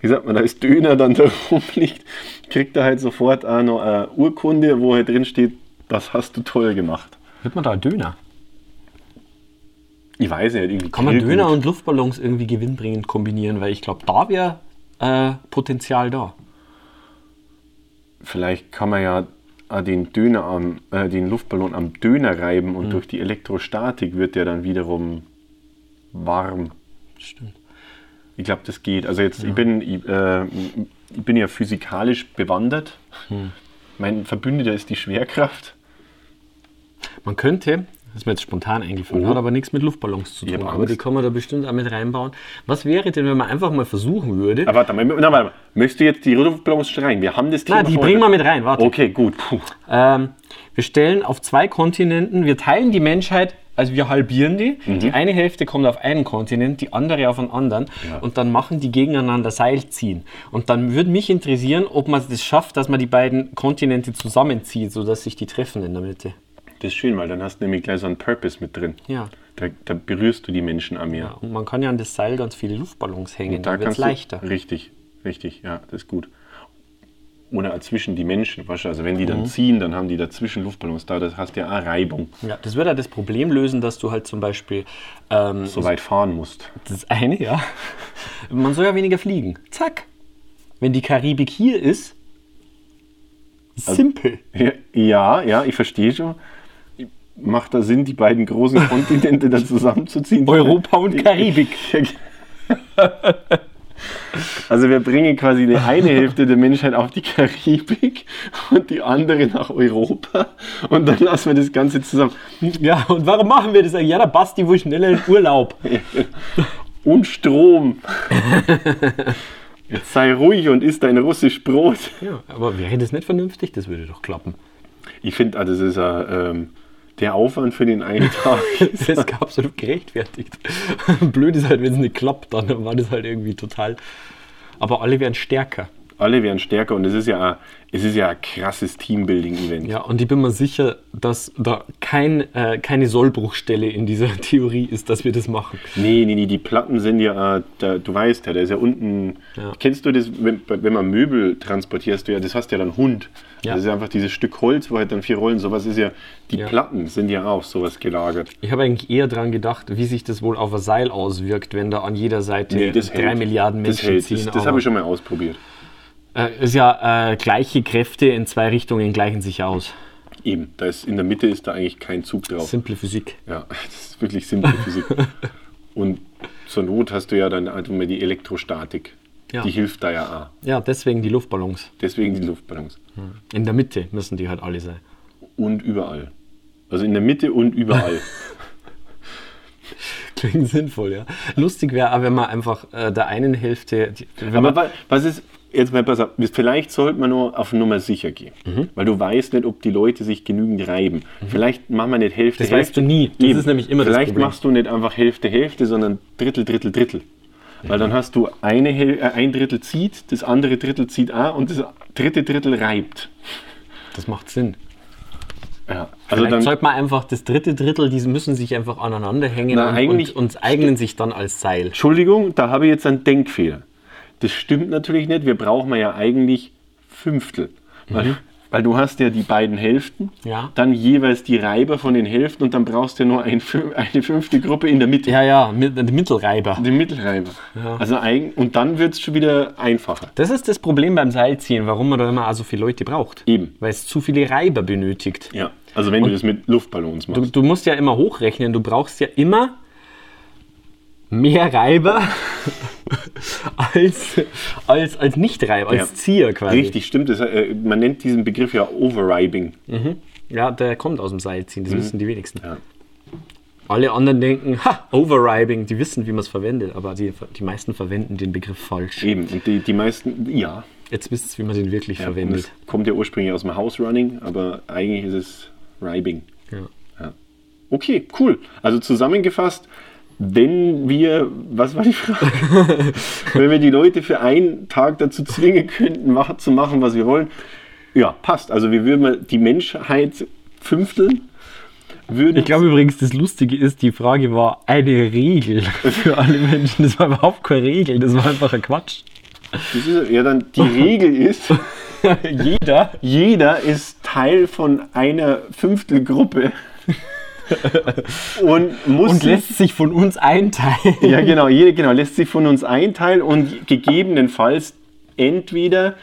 [SPEAKER 5] wie sagt man, als Döner dann da rumliegt, kriegt er halt sofort auch noch eine Urkunde, wo halt drin steht, das hast du toll gemacht.
[SPEAKER 4] Wird man da einen Döner?
[SPEAKER 5] Ich weiß nicht, irgendwie
[SPEAKER 4] Kann man
[SPEAKER 5] Grillgut.
[SPEAKER 4] Döner und Luftballons irgendwie gewinnbringend kombinieren? Weil ich glaube, da wäre äh, Potenzial da.
[SPEAKER 5] Vielleicht kann man ja auch den Döner am, äh, den Luftballon am Döner reiben
[SPEAKER 4] Mhm.
[SPEAKER 5] und durch die Elektrostatik wird der dann wiederum warm.
[SPEAKER 4] Stimmt.
[SPEAKER 5] Ich glaube, das geht. Also jetzt, ich bin, ich, äh, ich bin ja physikalisch bewandert.
[SPEAKER 4] Hm.
[SPEAKER 5] Mein Verbündeter ist die Schwerkraft.
[SPEAKER 4] Man könnte, das ist mir jetzt spontan eingefallen, hat aber nichts mit Luftballons zu
[SPEAKER 5] Ich hab
[SPEAKER 4] tun. Aber
[SPEAKER 5] Angst.
[SPEAKER 4] die kann man da bestimmt auch mit reinbauen. Was wäre denn, wenn man einfach mal versuchen würde?
[SPEAKER 5] Ah, warte mal, na, warte mal. Möchtest du jetzt die Luftballons rein? Wir haben das Thema.
[SPEAKER 4] Na, die
[SPEAKER 5] vorher-
[SPEAKER 4] bringen wir mit rein, warte.
[SPEAKER 5] Okay, gut. Puh.
[SPEAKER 4] Ähm, wir stellen auf zwei Kontinenten, wir teilen die Menschheit, also wir halbieren die.
[SPEAKER 5] Mhm.
[SPEAKER 4] Die eine Hälfte kommt auf einen Kontinent, die andere auf einen anderen. Und dann machen die gegeneinander Seil ziehen. Und dann würde mich interessieren, ob man es schafft, dass man die beiden Kontinente zusammenzieht, sodass sich die treffen in der Mitte.
[SPEAKER 5] Das ist schön, weil dann hast du nämlich gleich so einen Purpose mit drin.
[SPEAKER 4] Ja.
[SPEAKER 5] Da, da berührst du die Menschen am Meer.
[SPEAKER 4] Und man kann ja an das Seil ganz viele Luftballons hängen,
[SPEAKER 5] da
[SPEAKER 4] dann wird es
[SPEAKER 5] kannst
[SPEAKER 4] leichter.
[SPEAKER 5] Du, richtig, richtig, ja, das ist gut. Oder zwischen die Menschen, weißt du, also wenn die
[SPEAKER 4] Mhm.
[SPEAKER 5] dann ziehen, dann haben die dazwischen Luftballons da, das hast du ja auch Reibung,
[SPEAKER 4] Ja, das würde ja das Problem lösen, dass du halt zum Beispiel ähm,
[SPEAKER 5] so weit fahren musst.
[SPEAKER 4] Das eine, ja. Man soll ja weniger fliegen. Zack. Wenn die Karibik hier ist, simpel.
[SPEAKER 5] Ja, ja, ich verstehe schon. Macht da Sinn, die beiden großen Kontinente dann zusammenzuziehen?
[SPEAKER 4] Europa und Karibik.
[SPEAKER 5] Also wir bringen quasi die eine Hälfte der Menschheit auf die Karibik und die andere nach Europa und dann lassen wir das Ganze zusammen.
[SPEAKER 4] Ja, und warum machen wir das eigentlich? Ja, da Basti wohl schneller in Urlaub.
[SPEAKER 5] Und Strom. Jetzt sei ruhig und isst dein russisch Brot.
[SPEAKER 4] Ja, aber wäre das nicht vernünftig? Das würde doch klappen.
[SPEAKER 5] Ich finde, also das ist äh, ähm, der Aufwand für den einen Tag.
[SPEAKER 4] Das
[SPEAKER 5] ist-
[SPEAKER 4] ist absolut gerechtfertigt. Blöd ist halt, wenn es nicht klappt, dann war das halt irgendwie total. Aber alle wären stärker.
[SPEAKER 5] alle werden stärker und es ist ja, es ist ja ein krasses Teambuilding-Event.
[SPEAKER 4] Ja, und ich bin mir sicher, dass da kein, äh, keine Sollbruchstelle in dieser Theorie ist, dass wir das machen.
[SPEAKER 5] Nee, nee, nee, die Platten sind ja, äh, da, du weißt ja, da ist ja unten.
[SPEAKER 4] Ja.
[SPEAKER 5] Kennst du das, wenn, wenn man Möbel transportierst, du ja, das hast ja dann Hund.
[SPEAKER 4] Ja.
[SPEAKER 5] Das ist einfach dieses Stück Holz, wo halt dann vier Rollen, sowas ist ja, die
[SPEAKER 4] Ja.
[SPEAKER 5] Platten sind ja auch sowas gelagert.
[SPEAKER 4] Ich habe eigentlich eher daran gedacht, wie sich das wohl auf ein Seil auswirkt, wenn da an jeder Seite drei
[SPEAKER 5] hält.
[SPEAKER 4] Milliarden
[SPEAKER 5] das
[SPEAKER 4] Menschen
[SPEAKER 5] hält.
[SPEAKER 4] ziehen.
[SPEAKER 5] Das, das
[SPEAKER 4] aber-
[SPEAKER 5] habe ich schon mal ausprobiert.
[SPEAKER 4] Äh, ist ja äh, gleiche Kräfte in zwei Richtungen gleichen sich aus.
[SPEAKER 5] Eben, da ist, in der Mitte ist da eigentlich kein Zug drauf.
[SPEAKER 4] Simple Physik.
[SPEAKER 5] Ja, das ist wirklich simple Physik. Und zur Not hast du ja dann einfach mal die Elektrostatik.
[SPEAKER 4] Ja.
[SPEAKER 5] Die hilft da ja auch.
[SPEAKER 4] Ja, deswegen die Luftballons.
[SPEAKER 5] Deswegen die Luftballons.
[SPEAKER 4] In der Mitte müssen die halt alle sein.
[SPEAKER 5] Und überall. Also in der Mitte und überall.
[SPEAKER 4] Klingt sinnvoll, ja. Lustig wäre auch, wenn man einfach äh, der einen Hälfte. die- Wenn
[SPEAKER 5] Aber
[SPEAKER 4] man,
[SPEAKER 5] wa- was ist, jetzt mal pass auf, vielleicht sollte man nur auf Nummer sicher gehen.
[SPEAKER 4] Mhm.
[SPEAKER 5] Weil du weißt nicht, ob die Leute sich genügend reiben. Vielleicht machen wir nicht Hälfte,
[SPEAKER 4] Das weißt
[SPEAKER 5] Hälfte.
[SPEAKER 4] du nie. Das ist nämlich immer das
[SPEAKER 5] Vielleicht
[SPEAKER 4] Problem.
[SPEAKER 5] machst du nicht einfach Hälfte, Hälfte, sondern Drittel, Drittel, Drittel. Weil dann hast du eine, Häl- äh, ein Drittel zieht, das andere Drittel zieht auch und das dritte Drittel reibt.
[SPEAKER 4] das macht Sinn.
[SPEAKER 5] Ja. Also
[SPEAKER 4] Also Vielleicht
[SPEAKER 5] dann,
[SPEAKER 4] sollte man einfach das dritte Drittel, die müssen sich einfach aneinander hängen
[SPEAKER 5] Na,
[SPEAKER 4] und,
[SPEAKER 5] eigentlich-
[SPEAKER 4] und, und eignen sich dann als Seil.
[SPEAKER 5] Entschuldigung, da habe ich jetzt einen Denkfehler. Das stimmt natürlich nicht. Wir brauchen ja eigentlich Fünftel. Weil, weil du hast ja die beiden Hälften,
[SPEAKER 4] Mhm. Ja.
[SPEAKER 5] dann jeweils die Reiber von den Hälften und dann brauchst du ja nur ein, Fün- eine fünfte Gruppe in der Mitte.
[SPEAKER 4] Ja, ja, mit, mit Mittelreiber.
[SPEAKER 5] Den Mittelreiber. Also eigen, und dann wird es schon wieder einfacher.
[SPEAKER 4] Das ist das Problem beim Seilziehen, warum man da immer auch so viele Leute braucht.
[SPEAKER 5] Eben.
[SPEAKER 4] Weil es zu viele Reiber benötigt.
[SPEAKER 5] Ja. Also wenn du das mit Luftballons
[SPEAKER 4] Du,
[SPEAKER 5] machst.
[SPEAKER 4] du musst ja immer hochrechnen, du brauchst ja immer mehr Reiber als, als, als Nicht-Reiber, als
[SPEAKER 5] Ja.
[SPEAKER 4] Zieher quasi.
[SPEAKER 5] Richtig, stimmt. Das, äh, man nennt diesen Begriff ja Overribing.
[SPEAKER 4] Ja, der kommt aus dem Seilziehen, das wissen die wenigsten.
[SPEAKER 5] Mhm. Ja.
[SPEAKER 4] Alle anderen denken, ha, Overribing, die wissen, wie man es verwendet, aber die, die meisten verwenden den Begriff falsch.
[SPEAKER 5] Eben. Und die, die meisten, ja.
[SPEAKER 4] Jetzt wisst ihr, wie man den wirklich
[SPEAKER 5] ja und
[SPEAKER 4] verwendet.
[SPEAKER 5] das kommt ja ursprünglich aus dem House Running, aber eigentlich ist es Ribing.
[SPEAKER 4] Ja.
[SPEAKER 5] Okay, cool. Also zusammengefasst, wenn wir, was war die Frage? wenn wir die Leute für einen Tag dazu zwingen könnten, mach, zu machen, was wir wollen, ja, passt. Also wir würden mal die Menschheit fünfteln, würden
[SPEAKER 4] Ich glaube übrigens, das Lustige ist, die Frage war eine Regel für alle Menschen. Das war überhaupt keine Regel, das war einfach ein Quatsch.
[SPEAKER 5] das ist, ja dann die Regel ist,
[SPEAKER 4] Jeder.
[SPEAKER 5] jeder ist Teil von einer Fünftelgruppe und muss
[SPEAKER 4] Und lässt sich von uns einteilen.
[SPEAKER 5] Ja, genau, jede, genau, lässt sich von uns einteilen und gegebenenfalls entweder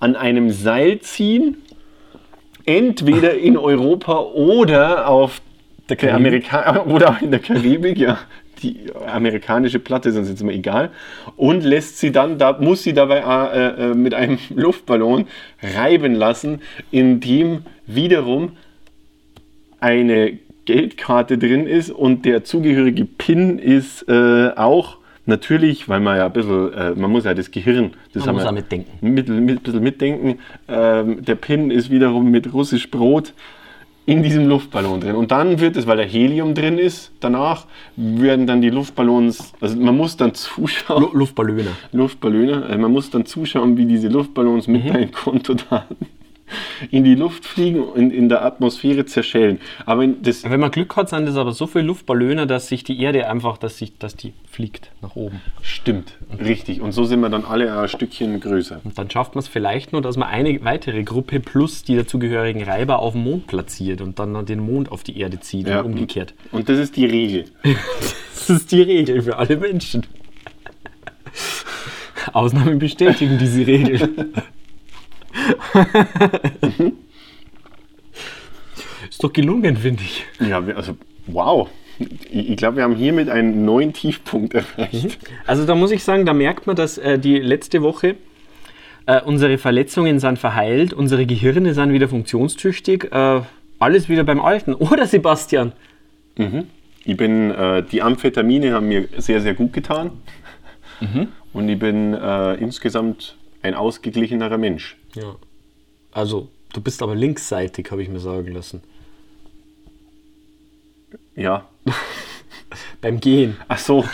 [SPEAKER 5] an einem Seil ziehen, entweder in Europa oder auf der, Amerika oder in der Karibik, ja. Die amerikanische Platte ist uns jetzt mal egal. Und lässt sie dann, da muss sie dabei äh, äh, mit einem Luftballon reiben lassen, in dem wiederum eine Geldkarte drin ist und der zugehörige PIN ist äh, auch natürlich, weil man ja ein bisschen, äh, man muss ja das Gehirn, das
[SPEAKER 4] Man
[SPEAKER 5] haben
[SPEAKER 4] muss
[SPEAKER 5] wir-
[SPEAKER 4] auch mitdenken.
[SPEAKER 5] Mit, mit, ein bisschen mitdenken. Ähm, der PIN ist wiederum mit russisch Brot in diesem Luftballon drin. Und dann wird es, weil da Helium drin ist, danach werden dann die Luftballons, also man muss dann zuschauen.
[SPEAKER 4] Lu- Luftballone.
[SPEAKER 5] Luftballone. Äh, Man muss dann zuschauen, wie diese Luftballons mit deinen Kontodaten in die Luft fliegen und in der Atmosphäre zerschellen. Aber in- das,
[SPEAKER 4] Wenn man Glück hat, sind es aber so viele Luftballone, dass sich die Erde einfach, dass, sich, dass die fliegt nach oben.
[SPEAKER 5] Stimmt, richtig. Und so sind wir dann alle ein Stückchen größer.
[SPEAKER 4] Und dann schafft man es vielleicht nur, dass man eine weitere Gruppe plus die dazugehörigen Reiber auf dem Mond platziert und dann den Mond auf die Erde zieht
[SPEAKER 5] Ja.
[SPEAKER 4] und umgekehrt.
[SPEAKER 5] Und das ist die Regel.
[SPEAKER 4] Das ist die Regel für alle Menschen. Ausnahmen bestätigen diese Regel. ist doch gelungen, finde ich.
[SPEAKER 5] Ja, wir- also wow. Ich, ich glaube, wir haben hiermit einen neuen Tiefpunkt erreicht.
[SPEAKER 4] Also da muss ich sagen, da merkt man, dass äh, die letzte Woche äh, unsere Verletzungen sind verheilt, unsere Gehirne sind wieder funktionstüchtig, äh, alles wieder beim Alten. Oder Sebastian?
[SPEAKER 5] Ich bin, äh, die Amphetamine haben mir sehr, sehr gut getan. Und ich bin äh, insgesamt ein ausgeglichenerer Mensch.
[SPEAKER 4] Ja. Also, du bist aber linksseitig, habe ich mir sagen lassen.
[SPEAKER 5] Ja.
[SPEAKER 4] Beim Gehen.
[SPEAKER 5] Ach so.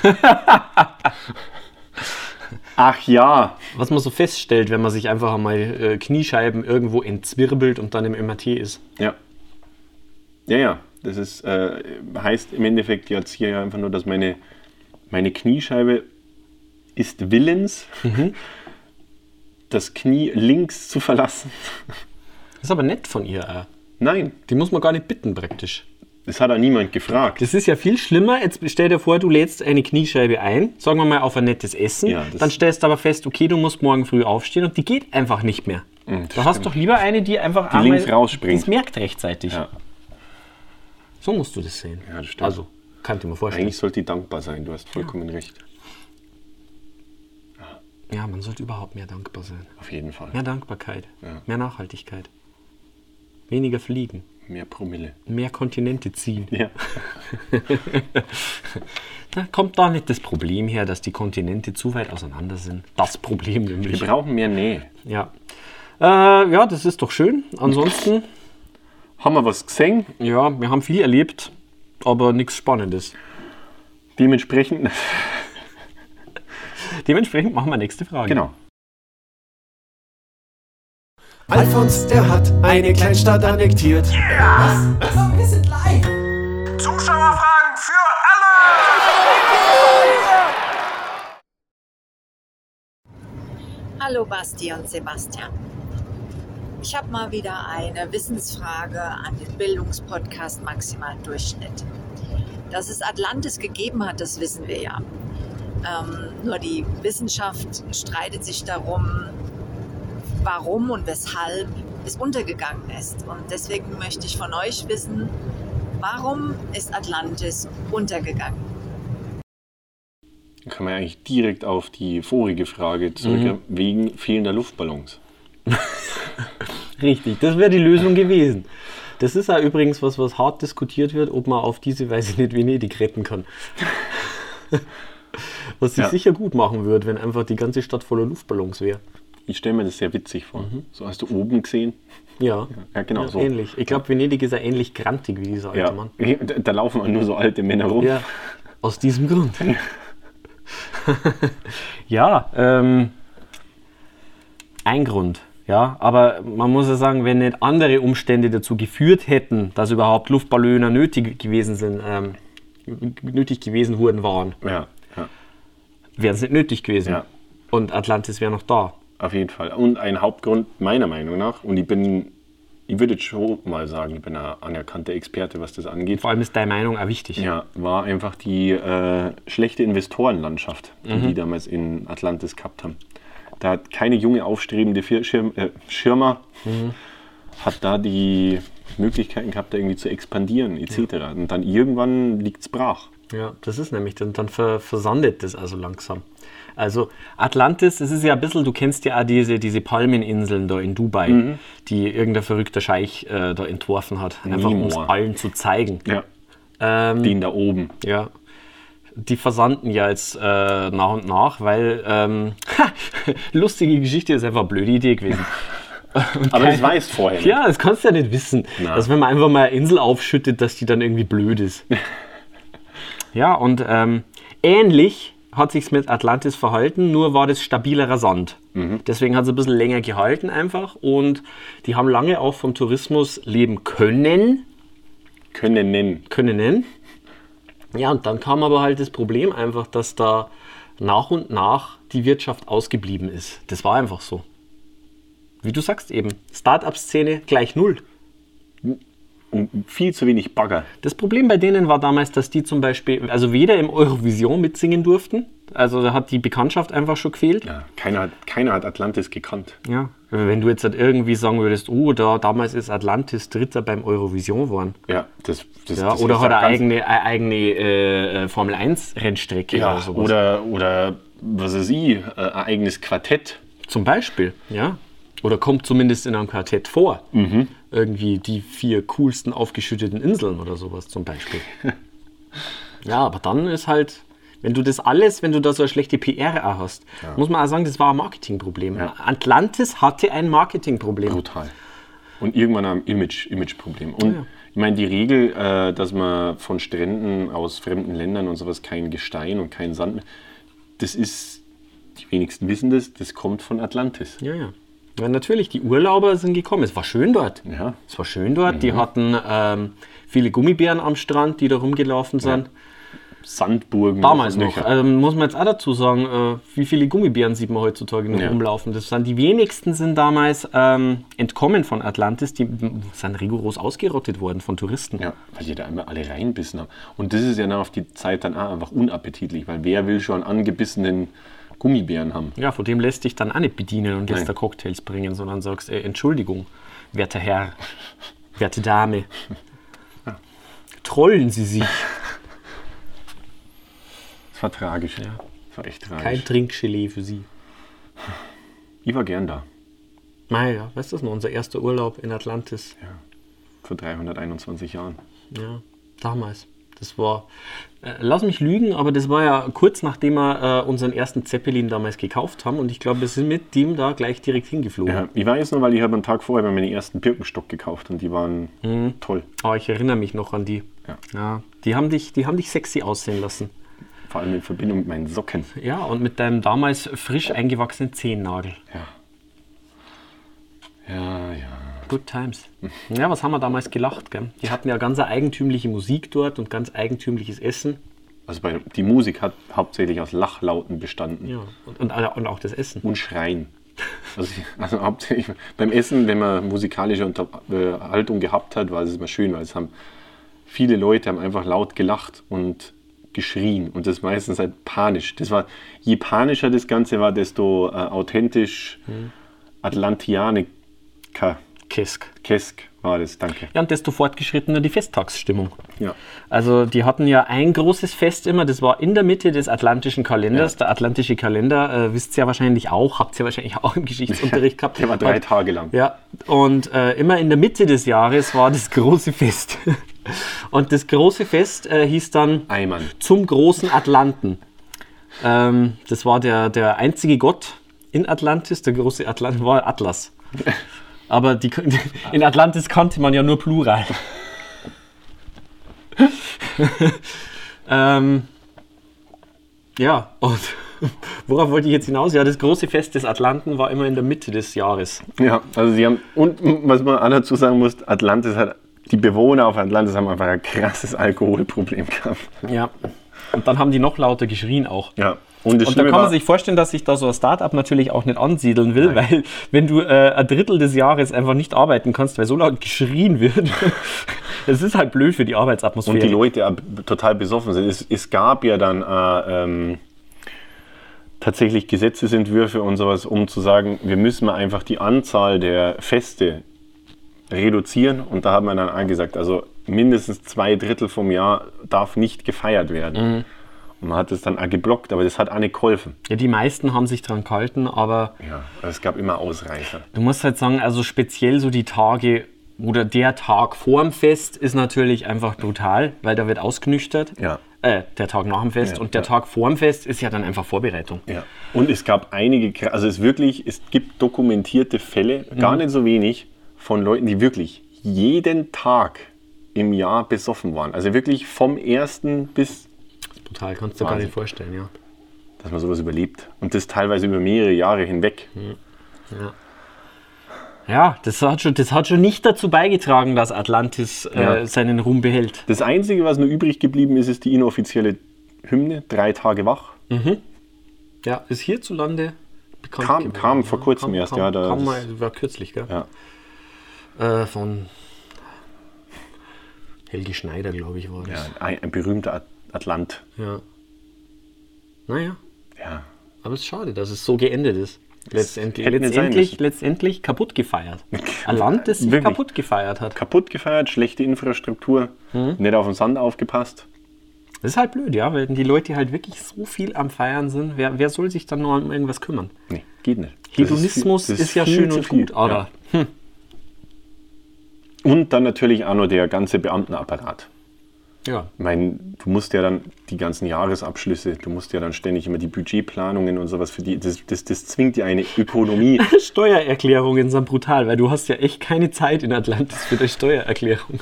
[SPEAKER 5] Ach ja,
[SPEAKER 4] Was man so feststellt, wenn man sich einfach mal äh, Kniescheiben irgendwo entzwirbelt und dann im MRT ist.
[SPEAKER 5] Ja. Ja, ja. Das ist, äh, heißt im Endeffekt jetzt hier einfach nur, dass meine, meine Kniescheibe ist willens, das Knie links zu verlassen.
[SPEAKER 4] Das ist aber nett von ihr. auch.
[SPEAKER 5] Nein,
[SPEAKER 4] Die muss man gar nicht bitten praktisch.
[SPEAKER 5] das hat auch niemand gefragt.
[SPEAKER 4] Das ist ja viel schlimmer. Jetzt stell dir vor, du lädst eine Kniescheibe ein, sagen wir mal auf ein nettes Essen.
[SPEAKER 5] Ja, das-
[SPEAKER 4] dann stellst du aber fest, okay, du musst morgen früh aufstehen und die geht einfach nicht mehr.
[SPEAKER 5] Mhm,
[SPEAKER 4] da hast du doch lieber eine, die einfach die
[SPEAKER 5] links rausspringt.
[SPEAKER 4] Das merkt rechtzeitig.
[SPEAKER 5] Ja.
[SPEAKER 4] So musst du das sehen.
[SPEAKER 5] Ja, das stimmt.
[SPEAKER 4] Also, kann ich mir vorstellen.
[SPEAKER 5] Eigentlich sollte die dankbar sein, du hast vollkommen recht.
[SPEAKER 4] Ja, man sollte überhaupt mehr dankbar sein.
[SPEAKER 5] Auf jeden Fall.
[SPEAKER 4] Mehr Dankbarkeit,
[SPEAKER 5] Ja.
[SPEAKER 4] mehr Nachhaltigkeit, weniger fliegen,
[SPEAKER 5] Mehr Promille.
[SPEAKER 4] mehr Kontinente ziehen.
[SPEAKER 5] Ja.
[SPEAKER 4] Na, kommt da nicht das Problem her, dass die Kontinente zu weit auseinander sind? Das Problem nämlich.
[SPEAKER 5] Wir brauchen mehr Nähe.
[SPEAKER 4] Ja. Äh, ja, das ist doch schön. Ansonsten,
[SPEAKER 5] Haben wir was gesehen?
[SPEAKER 4] ja, wir haben viel erlebt, aber nichts Spannendes.
[SPEAKER 5] Dementsprechend.
[SPEAKER 4] Dementsprechend machen wir nächste Frage.
[SPEAKER 5] Genau.
[SPEAKER 3] Alfons, der hat eine Kleinstadt annektiert.
[SPEAKER 6] Zuschauerfragen für alle!
[SPEAKER 7] Hallo Basti und Sebastian. Ich habe mal wieder eine Wissensfrage an den Bildungspodcast Maximal Durchschnitt. Dass es Atlantis gegeben hat, das wissen wir ja. Ähm, nur die Wissenschaft streitet sich darum, warum und weshalb es untergegangen ist. Und deswegen möchte ich von euch wissen, warum ist Atlantis untergegangen?
[SPEAKER 5] Dann kann man eigentlich direkt auf die vorige Frage
[SPEAKER 4] Mhm.
[SPEAKER 5] zurück, wegen fehlender Luftballons.
[SPEAKER 4] Richtig, das wäre die Lösung gewesen. Das ist ja übrigens was, was hart diskutiert wird, ob man auf diese Weise nicht Venedig retten kann. Was sich
[SPEAKER 5] Ja.
[SPEAKER 4] sicher gut machen würde, wenn einfach die ganze Stadt voller Luftballons wäre.
[SPEAKER 5] Ich stelle mir das sehr witzig vor. So hast du oben gesehen.
[SPEAKER 4] Mhm. Ja,
[SPEAKER 5] Ja, genau so.
[SPEAKER 4] ähnlich. Ich glaube, Venedig ist ja ähnlich grantig wie dieser alte
[SPEAKER 5] Ja,
[SPEAKER 4] Mann.
[SPEAKER 5] da, da laufen auch nur so alte Männer rum.
[SPEAKER 4] Ja, aus diesem Grund. ja, ähm, ein Grund. Ja, aber man muss ja sagen, wenn nicht andere Umstände dazu geführt hätten, dass überhaupt Luftballone nötig gewesen sind, ähm, nötig gewesen wurden waren,
[SPEAKER 5] ja, ja,
[SPEAKER 4] wären es nicht nötig gewesen.
[SPEAKER 5] Ja.
[SPEAKER 4] Und Atlantis wäre noch da.
[SPEAKER 5] auf jeden Fall. Und ein Hauptgrund meiner Meinung nach, und ich bin, ich würde jetzt schon mal sagen, ich bin ein anerkannter Experte, was das angeht.
[SPEAKER 4] Vor allem ist deine Meinung auch wichtig.
[SPEAKER 5] Ja, war einfach die äh, schlechte Investorenlandschaft, die die damals in Atlantis gehabt haben. Da hat keine junge aufstrebende Fir Schirm äh, Schirmer Mhm. hat da die Möglichkeiten gehabt, da irgendwie zu expandieren etc. Und dann irgendwann liegt's brach.
[SPEAKER 4] Ja, das ist nämlich, dann, dann ver, versandet das also langsam. Also Atlantis, es ist ja ein bisschen, du kennst ja auch diese, diese Palmeninseln da in Dubai,
[SPEAKER 5] Mhm.
[SPEAKER 4] die irgendein verrückter Scheich äh, da entworfen hat, einfach um
[SPEAKER 5] Nemo.
[SPEAKER 4] uns allen zu zeigen.
[SPEAKER 5] Ja.
[SPEAKER 4] Ähm,
[SPEAKER 5] Den da oben.
[SPEAKER 4] ja. Die versanden ja jetzt äh, nach und nach, weil ähm, lustige Geschichte ist einfach eine blöde Idee gewesen. Und
[SPEAKER 5] Aber
[SPEAKER 4] kein-
[SPEAKER 5] das weiß vorher. nicht.
[SPEAKER 4] Ja, das kannst du ja nicht wissen.
[SPEAKER 5] Na.
[SPEAKER 4] Dass wenn man einfach mal eine Insel aufschüttet, dass die dann irgendwie blöd ist. ja, und ähm, ähnlich hat sich's mit Atlantis verhalten, nur war das stabilerer Sand. Deswegen hat es ein bisschen länger gehalten einfach und die haben lange auch vom Tourismus leben können,
[SPEAKER 5] Können nennen.
[SPEAKER 4] können. Ja, und dann kam aber halt das Problem einfach, dass da nach und nach die Wirtschaft ausgeblieben ist. Das war einfach so. Wie du sagst eben, Start-up-Szene gleich null.
[SPEAKER 5] Und Um viel zu wenig Bagger.
[SPEAKER 4] Das Problem bei denen war damals, dass die zum Beispiel, also weder im Eurovision mitsingen durften, also da hat die Bekanntschaft einfach schon gefehlt.
[SPEAKER 5] Ja, keiner, hat, keiner hat Atlantis gekannt.
[SPEAKER 4] Ja. Wenn du jetzt halt irgendwie sagen würdest, oh, da, damals ist Atlantis Dritter beim Eurovision geworden.
[SPEAKER 5] Ja, das, das,
[SPEAKER 4] Ja,
[SPEAKER 5] das
[SPEAKER 4] oder
[SPEAKER 5] ist
[SPEAKER 4] hat
[SPEAKER 5] ja
[SPEAKER 4] er
[SPEAKER 5] ganz-
[SPEAKER 4] eigene, eine eigene äh, äh, Formel 1 Rennstrecke
[SPEAKER 5] Ja,
[SPEAKER 4] oder sowas.
[SPEAKER 5] oder, oder was weiß ich, äh, ein eigenes Quartett.
[SPEAKER 4] Zum Beispiel, ja. Oder kommt zumindest in einem Quartett vor.
[SPEAKER 5] Mhm.
[SPEAKER 4] Irgendwie die vier coolsten aufgeschütteten Inseln oder sowas zum Beispiel. ja, aber dann ist halt, wenn du das alles, wenn du da so eine schlechte PR auch hast, muss man auch sagen, das war ein Marketingproblem.
[SPEAKER 5] Ja.
[SPEAKER 4] Atlantis hatte ein Marketingproblem.
[SPEAKER 5] Brutal. Und irgendwann am Image, Imageproblem. Und ich meine, die Regel, äh, dass man von Stränden aus fremden Ländern und sowas kein Gestein und kein Sand, das ist Die wenigsten wissen das, das kommt von Atlantis.
[SPEAKER 4] Ja, ja. Ja, natürlich, die Urlauber sind gekommen. Es war schön dort.
[SPEAKER 5] Ja. Mhm.
[SPEAKER 4] Es war schön dort. Die hatten ähm, viele Gummibären am Strand, die da rumgelaufen sind.
[SPEAKER 5] Sandburgen.
[SPEAKER 4] Damals
[SPEAKER 5] und
[SPEAKER 4] noch.
[SPEAKER 5] Löcher.
[SPEAKER 4] Also muss man jetzt auch dazu sagen, äh, wie viele Gummibären sieht man heutzutage noch
[SPEAKER 5] Ja.
[SPEAKER 4] rumlaufen. Das sind die wenigsten sind damals ähm, entkommen von Atlantis. Die sind rigoros ausgerottet worden von Touristen.
[SPEAKER 5] Ja, weil die da immer alle reinbissen haben. Und das ist ja dann auf die Zeit dann auch einfach unappetitlich, weil wer will schon angebissenen Gummibären haben?
[SPEAKER 4] Ja, von dem lässt dich dann auch nicht bedienen und lässt
[SPEAKER 5] Nein.
[SPEAKER 4] da Cocktails bringen, sondern sagst, äh, Entschuldigung, werter Herr, werte Dame, trollen Sie sich.
[SPEAKER 5] Das war tragisch. Ja. Das war echt tragisch.
[SPEAKER 4] Kein Trinkgelee für Sie.
[SPEAKER 5] ich war gern da.
[SPEAKER 4] Naja, weißt du das noch? Unser erster Urlaub in Atlantis.
[SPEAKER 5] Vor 321 Jahren.
[SPEAKER 4] Ja, damals. Das war, äh, lass mich lügen, aber das war ja kurz nachdem wir äh, unseren ersten Zeppelin damals gekauft haben und ich glaube, wir sind mit dem da gleich direkt hingeflogen.
[SPEAKER 5] Ja, ich weiß nur, weil ich habe einen Tag vorher meinen ersten Birkenstock gekauft und die waren toll.
[SPEAKER 4] Aber Ah, ich erinnere mich noch an die.
[SPEAKER 5] Ja.
[SPEAKER 4] die, haben dich, die haben dich sexy aussehen lassen.
[SPEAKER 5] Vor allem in Verbindung mit meinen Socken.
[SPEAKER 4] Ja, und mit deinem damals frisch eingewachsenen Zehennagel.
[SPEAKER 5] Ja. Ja, ja.
[SPEAKER 4] Good times.
[SPEAKER 5] Mhm.
[SPEAKER 4] Ja, was haben wir damals gelacht, gell? Die hatten ja ganz eine eigentümliche Musik dort und ganz eigentümliches Essen.
[SPEAKER 5] Also bei, die Musik hat hauptsächlich aus Lachlauten bestanden
[SPEAKER 4] Ja. Und, und, und auch das Essen.
[SPEAKER 5] und Schreien. Also, also hauptsächlich beim Essen, wenn man musikalische Unterhaltung gehabt hat, war es immer schön, weil es haben viele Leute haben einfach laut gelacht und geschrien und das meistens halt panisch. Das war, je panischer das Ganze war, desto äh, authentisch
[SPEAKER 4] Mhm.
[SPEAKER 5] Atlantianica.
[SPEAKER 4] Kesk.
[SPEAKER 5] Kesk war das, danke.
[SPEAKER 4] Ja, und desto fortgeschrittener die Festtagsstimmung.
[SPEAKER 5] Ja.
[SPEAKER 4] Also die hatten ja ein großes Fest immer, das war in der Mitte des atlantischen Kalenders. Der atlantische Kalender, äh, wisst ihr ja wahrscheinlich auch, habt ihr wahrscheinlich auch im Geschichtsunterricht gehabt.
[SPEAKER 5] Der war drei
[SPEAKER 4] Und-
[SPEAKER 5] Tage lang.
[SPEAKER 4] Ja, und äh, immer in der Mitte des Jahres war das große Fest. Und das große Fest äh, hieß dann
[SPEAKER 5] Eimann.
[SPEAKER 4] zum großen Atlanten. Ähm, das war der, der einzige Gott in Atlantis, der große Atlant war Atlas. Aber die, in Atlantis kannte man ja nur Plural. ähm, ja, und worauf wollte ich jetzt hinaus? Ja, das große Fest des Atlanten war immer in der Mitte des Jahres.
[SPEAKER 5] Ja, also sie haben, und m, was man auch dazu sagen muss, Atlantis hat, die Bewohner auf Atlantis haben einfach ein krasses Alkoholproblem gehabt.
[SPEAKER 4] Ja. Und dann haben die noch lauter geschrien auch.
[SPEAKER 5] Ja, und das
[SPEAKER 4] Und da
[SPEAKER 5] Schlimme
[SPEAKER 4] kann man
[SPEAKER 5] war,
[SPEAKER 4] sich vorstellen, dass sich da so ein Startup natürlich auch nicht ansiedeln will, weil wenn du äh, ein Drittel des Jahres einfach nicht arbeiten kannst, weil so laut geschrien wird, es ist halt blöd für die Arbeitsatmosphäre.
[SPEAKER 5] und die Leute ab- total besoffen sind. Es, es gab ja dann äh, ähm, tatsächlich Gesetzesentwürfe und sowas, um zu sagen, wir müssen mal einfach die Anzahl der Feste reduzieren. Und da hat man dann angesagt, also mindestens zwei Drittel vom Jahr darf nicht gefeiert werden.
[SPEAKER 4] Mhm.
[SPEAKER 5] Und man hat es dann auch geblockt, aber das hat auch nicht geholfen.
[SPEAKER 4] ja, die meisten haben sich dran gehalten, aber
[SPEAKER 5] Ja, also es gab immer Ausreißer.
[SPEAKER 4] du musst halt sagen, also speziell so die Tage oder der Tag vorm Fest ist natürlich einfach brutal, weil da wird ausgenüchtert.
[SPEAKER 5] Ja.
[SPEAKER 4] Äh, der Tag nach dem Fest
[SPEAKER 5] Ja,
[SPEAKER 4] und der
[SPEAKER 5] ja.
[SPEAKER 4] Tag vorm Fest ist ja dann einfach Vorbereitung.
[SPEAKER 5] Ja. Und es gab einige, kra- also es wirklich, es gibt dokumentierte Fälle, gar nicht so wenig, von Leuten, die wirklich jeden Tag im Jahr besoffen waren. Also wirklich vom ersten bis,
[SPEAKER 4] Total, kannst du gar
[SPEAKER 5] Wahnsinn.
[SPEAKER 4] nicht vorstellen, ja.
[SPEAKER 5] dass man sowas überlebt. Und das teilweise über mehrere Jahre hinweg.
[SPEAKER 4] Ja. Ja, das hat, schon, das hat schon nicht dazu beigetragen, dass Atlantis äh,
[SPEAKER 5] Ja.
[SPEAKER 4] seinen Ruhm behält.
[SPEAKER 5] Das Einzige, was nur übrig geblieben ist, ist die inoffizielle Hymne, drei Tage wach.
[SPEAKER 4] Ja, ist hierzulande bekannt.
[SPEAKER 5] Kam-
[SPEAKER 4] geworden,
[SPEAKER 5] kam vor
[SPEAKER 4] ne?
[SPEAKER 5] kurzem erst,
[SPEAKER 4] kam,
[SPEAKER 5] ja, da-
[SPEAKER 4] kam
[SPEAKER 5] das-
[SPEAKER 4] mal, war kürzlich, gell?
[SPEAKER 5] Ja.
[SPEAKER 4] Äh, von Helge Schneider, glaube ich, war das.
[SPEAKER 5] Ein, ein berühmter At- Atlant.
[SPEAKER 4] Ja. Naja,
[SPEAKER 5] Ja.
[SPEAKER 4] aber es ist schade, dass es so geendet ist. Letztendlich,
[SPEAKER 5] hätte nicht sein
[SPEAKER 4] letztendlich,
[SPEAKER 5] müssen.
[SPEAKER 4] letztendlich kaputt gefeiert. Atlantis sich
[SPEAKER 5] Wirklich.
[SPEAKER 4] kaputt gefeiert hat.
[SPEAKER 5] Kaputt gefeiert, schlechte Infrastruktur, nicht auf den Sand aufgepasst.
[SPEAKER 4] Das ist halt blöd, ja, weil die Leute halt wirklich so viel am Feiern sind. Wer, wer soll sich dann noch um irgendwas kümmern?
[SPEAKER 5] Nee, geht nicht. Das ist
[SPEAKER 4] Hedonismus
[SPEAKER 5] viel-
[SPEAKER 4] ist,
[SPEAKER 5] das
[SPEAKER 4] ja
[SPEAKER 5] viel
[SPEAKER 4] schön
[SPEAKER 5] zu
[SPEAKER 4] und
[SPEAKER 5] viel.
[SPEAKER 4] gut, aber
[SPEAKER 5] Und dann natürlich auch noch der ganze Beamtenapparat.
[SPEAKER 4] Ja.
[SPEAKER 5] Ich meine, du musst ja dann die ganzen Jahresabschlüsse, du musst ja dann ständig immer die Budgetplanungen und sowas für die, das, das, das zwingt dir eine Ökonomie.
[SPEAKER 4] Steuererklärungen sind brutal, weil du hast ja echt keine Zeit in Atlantis für die Steuererklärung.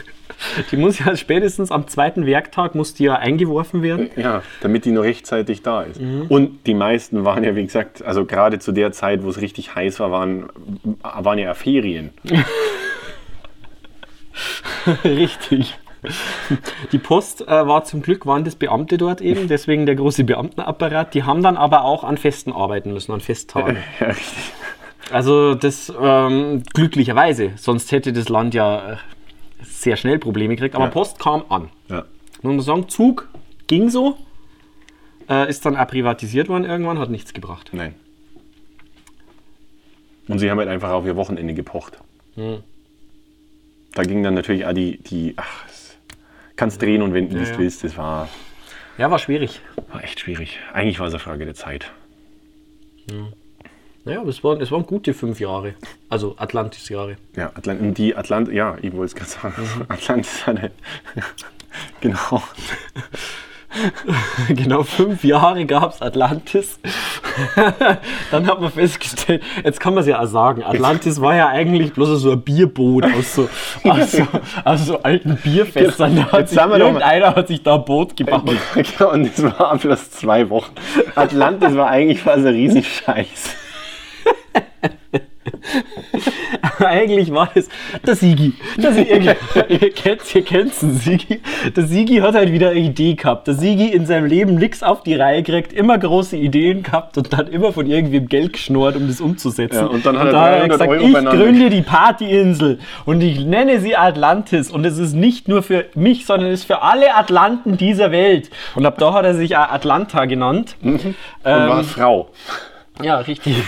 [SPEAKER 4] Die muss ja spätestens am zweiten Werktag muss die ja eingeworfen werden.
[SPEAKER 5] Ja, damit die noch rechtzeitig da ist.
[SPEAKER 4] Mhm.
[SPEAKER 5] Und die meisten waren ja, wie gesagt, also gerade zu der Zeit, wo es richtig heiß war, waren, waren ja Ferien.
[SPEAKER 4] Richtig. Die Post äh, war zum Glück, waren das Beamte dort eben, deswegen der große Beamtenapparat. Die haben dann aber auch an Festen arbeiten müssen, an Festtagen.
[SPEAKER 5] Ja, richtig.
[SPEAKER 4] Also das ähm, glücklicherweise, sonst hätte das Land ja äh, sehr schnell Probleme gekriegt. Aber
[SPEAKER 5] Ja.
[SPEAKER 4] Post kam an.
[SPEAKER 5] Ja.
[SPEAKER 4] Nun muss man sagen, Zug ging so, äh, ist dann auch privatisiert worden irgendwann, hat nichts gebracht.
[SPEAKER 5] Nein. Und sie haben halt einfach auf ihr Wochenende gepocht. Hm. Da ging dann natürlich auch die, die ach, es- kannst drehen und wenden, wie
[SPEAKER 4] ja.
[SPEAKER 5] du willst. Das war,
[SPEAKER 4] Ja, war schwierig.
[SPEAKER 5] war echt schwierig. Eigentlich war es eine Frage der Zeit.
[SPEAKER 4] Naja, aber es waren, es waren gute fünf Jahre. Also Atlantis-Jahre.
[SPEAKER 5] Ja, Atlant und die Atlant, ja, ich wollte es gerade sagen. Atlantis hatte, genau.
[SPEAKER 4] genau fünf Jahre gab es Atlantis. Dann hat man festgestellt, jetzt kann man es ja auch sagen, Atlantis war ja eigentlich bloß so ein Bierboot aus so, aus so, aus so alten Bierfässern. Da hat
[SPEAKER 5] Jetzt
[SPEAKER 4] sich,
[SPEAKER 5] sagen wir doch mal-
[SPEAKER 4] irgendeiner hat sich da ein Boot gebaut.
[SPEAKER 5] Genau, und das war bloß zwei Wochen. Atlantis war eigentlich fast ein Riesenscheiß.
[SPEAKER 4] Eigentlich war das der Sigi. Der Sigi ihr, ihr kennt ihr kennt's, den Sigi. Der Sigi hat halt wieder eine Idee gehabt. Der Sigi in seinem Leben nix auf die Reihe gekriegt, immer große Ideen gehabt und dann immer von irgendwem Geld geschnurrt, um das umzusetzen.
[SPEAKER 5] Ja, und dann hat er
[SPEAKER 4] da
[SPEAKER 5] 300
[SPEAKER 4] gesagt,
[SPEAKER 5] Euro
[SPEAKER 4] ich
[SPEAKER 5] beieinander."
[SPEAKER 4] gründe die Partyinsel und ich nenne sie Atlantis und es ist nicht nur für mich, sondern es ist für alle Atlanten dieser Welt. Und ab da hat er sich auch Atlanta genannt.
[SPEAKER 5] Mhm. Und war Frau.
[SPEAKER 4] Ja, richtig.